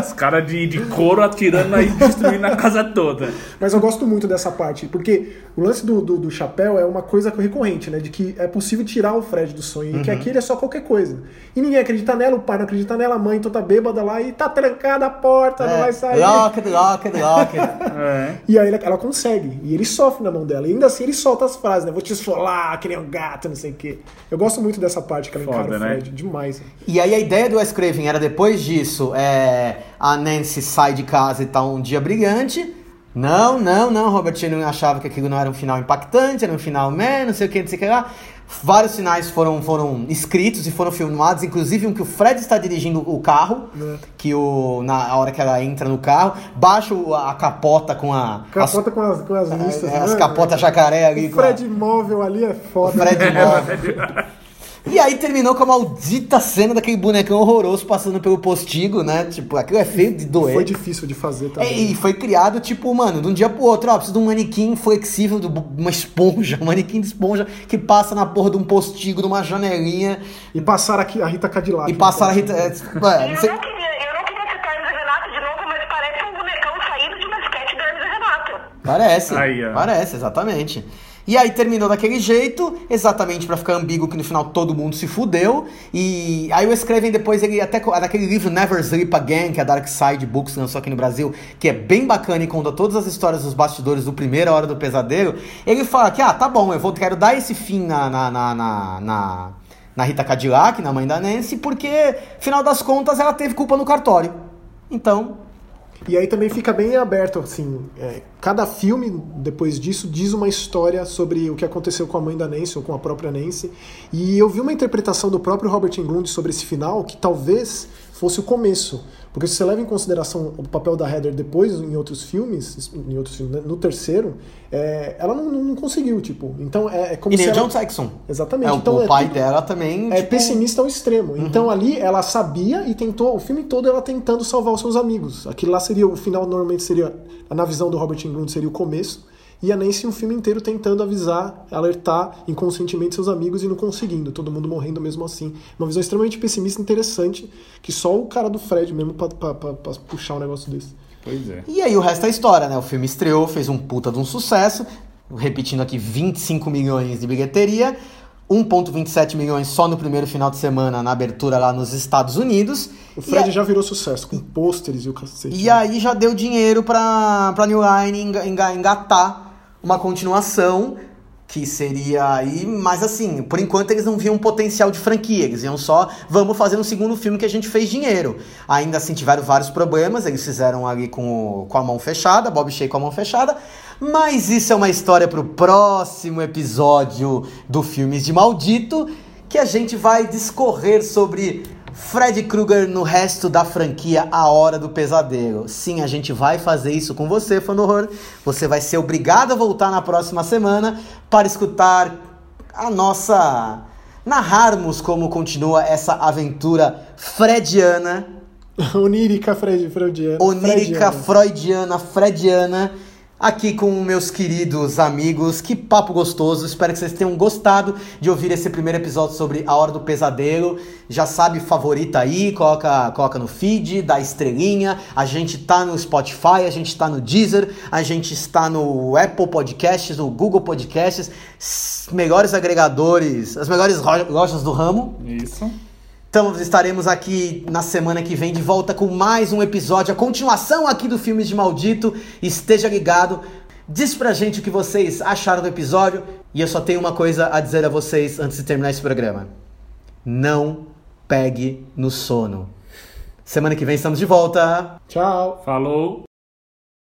S4: Os caras de, de couro atirando aí, destruindo a casa toda.
S2: Mas eu gosto muito dessa parte, porque o lance do, do, do chapéu é uma coisa recorrente, né? De que é possível tirar o Fred do sonho, e
S1: Uhum.
S2: que aquilo é só qualquer coisa. E ninguém acredita nela, o pai não acredita nela, a mãe toda bêbada lá
S1: É,
S2: e tá trancada a porta, não vai sair.
S1: Locket, locket, locket.
S4: É.
S2: E aí ela, ela consegue, consegue. E ele sofre na mão dela. E ainda assim ele solta as frases, né? Vou te esfolar, que nem um gato, não sei o quê. Eu gosto muito dessa parte que ela encara
S4: Foda,
S2: o
S4: né?
S2: Fred. Demais.
S1: E aí a ideia do Wes Craven era depois disso, é, a Nancy sai de casa e tá um dia brilhante. Não, não, não, Robert Sheehan achava que aquilo não era um final impactante, era um final meh, não sei o que, não sei o que lá. Vários sinais foram, foram escritos e foram filmados, inclusive um que o Fred está dirigindo o carro,
S2: É.
S1: que o, na hora que ela entra no carro, baixa o- a capota com a...
S2: Capota com as, com as
S1: as,
S2: listas.
S1: é, as
S2: né?
S1: capotas jacaré ali.
S2: O
S1: com a-
S2: Fred móvel ali é foda.
S1: Fred Móvel. E aí terminou com a maldita cena daquele bonecão horroroso passando pelo postigo, né? Tipo, aquilo é feio de doer.
S2: Foi difícil de fazer
S1: É,
S2: também.
S1: E foi criado, tipo, mano, de um dia pro outro, ó, preciso de um manequim flexível, de uma esponja, um manequim de esponja que passa na porra de um postigo, de uma janelinha,
S2: E passaram aqui a Rita Cadillac. né?
S1: e passa a Rita. É, tipo, é, não
S3: Eu
S1: sei-
S3: não, queria, eu não queria citar Hermes e Renato de novo, mas parece um bonecão saído de uma sketch do Hermes e Renato.
S1: Parece.
S4: Aí, ó.
S1: Parece, exatamente. E aí terminou daquele jeito, exatamente pra ficar ambíguo que no final todo mundo se fudeu. E aí o escrevem depois ele até co- naquele livro Never Sleep Again, que a Dark Side Books lançou aqui no Brasil, que é bem bacana e conta todas as histórias dos bastidores do Primeira Hora do Pesadelo. Ele fala que, ah, tá bom, eu vou quero dar esse fim na- na- na- na, na, na Rita Cadillac, na mãe da Nancy, porque, final das contas, ela teve culpa no cartório. Então,
S2: E aí também fica bem aberto, assim. é, cada filme, depois disso, diz uma história sobre o que aconteceu com a mãe da Nancy ou com a própria Nancy. E eu vi uma interpretação do próprio Robert Englund sobre esse final que talvez fosse o começo. Porque se você leva em consideração o papel da Heather depois em outros filmes, em outros filmes, né, no terceiro, é, ela não, não conseguiu, tipo. Então é, é como
S1: e
S2: se
S1: nem o
S2: ela-
S1: John Saxon.
S2: Exatamente.
S1: É, o-
S2: então
S1: o
S2: é
S1: pai
S2: tudo-
S1: dela também.
S2: É
S1: tipo, Uhum.
S2: pessimista ao extremo. Então ali ela sabia e tentou, o filme todo ela tentando salvar os seus amigos. Aquilo lá seria, o final normalmente seria, na visão do Robert Englund, seria o começo. E a Nancy o filme inteiro tentando avisar, alertar inconscientemente seus amigos e não conseguindo, todo mundo morrendo mesmo assim. Uma visão extremamente pessimista e interessante, que só o cara do Fred mesmo pra, pra- pra- pra puxar um negócio desse.
S4: Pois é.
S1: E aí o resto é história, né? O filme estreou, fez um puta de um sucesso, repetindo aqui 25 milhões de bilheteria, 1,27 milhões só no primeiro final de semana na abertura lá nos Estados Unidos. E
S2: O
S1: a-
S2: Fred já virou sucesso, com pôsteres e o cacete. né?
S1: E aí já deu dinheiro pra, pra New Line enga- enga- engatar uma continuação que seria aí, mas assim, por enquanto eles não viam potencial de franquia, eles iam só, vamos fazer um segundo filme que a gente fez dinheiro. Ainda assim tiveram vários problemas, eles fizeram ali com, o- com a mão fechada, Bob Shea com a mão fechada, mas isso é uma história pro próximo episódio do Filmes de Maldito, que a gente vai discorrer sobre Fred Krueger no resto da franquia A Hora do Pesadelo. Sim, a gente vai fazer isso com você, fã do horror. Você vai ser obrigado a voltar na próxima semana para escutar a nossa. narrarmos como continua essa aventura frediana,
S2: Onírica Fred, Freudiana.
S1: onírica,
S2: Frediana.
S1: freudiana, frediana. Aqui com meus queridos amigos, que papo gostoso. Espero que vocês tenham gostado de ouvir esse primeiro episódio sobre A Hora do Pesadelo. Já sabe, favorita aí, coloca, coloca no feed, dá estrelinha. A gente tá no Spotify, a gente tá no Deezer, a gente está no Apple Podcasts, no Google Podcasts, s- melhores agregadores, as melhores ro- lojas do ramo.
S4: Isso.
S1: Então estaremos aqui na semana que vem de volta com mais um episódio, a continuação aqui do Filmes de Maldito. Esteja ligado, diz pra gente o que vocês acharam do episódio. E eu só tenho uma coisa a dizer a vocês antes de terminar esse programa: não pegue no sono. Semana que vem estamos de volta.
S2: Tchau.
S4: Falou.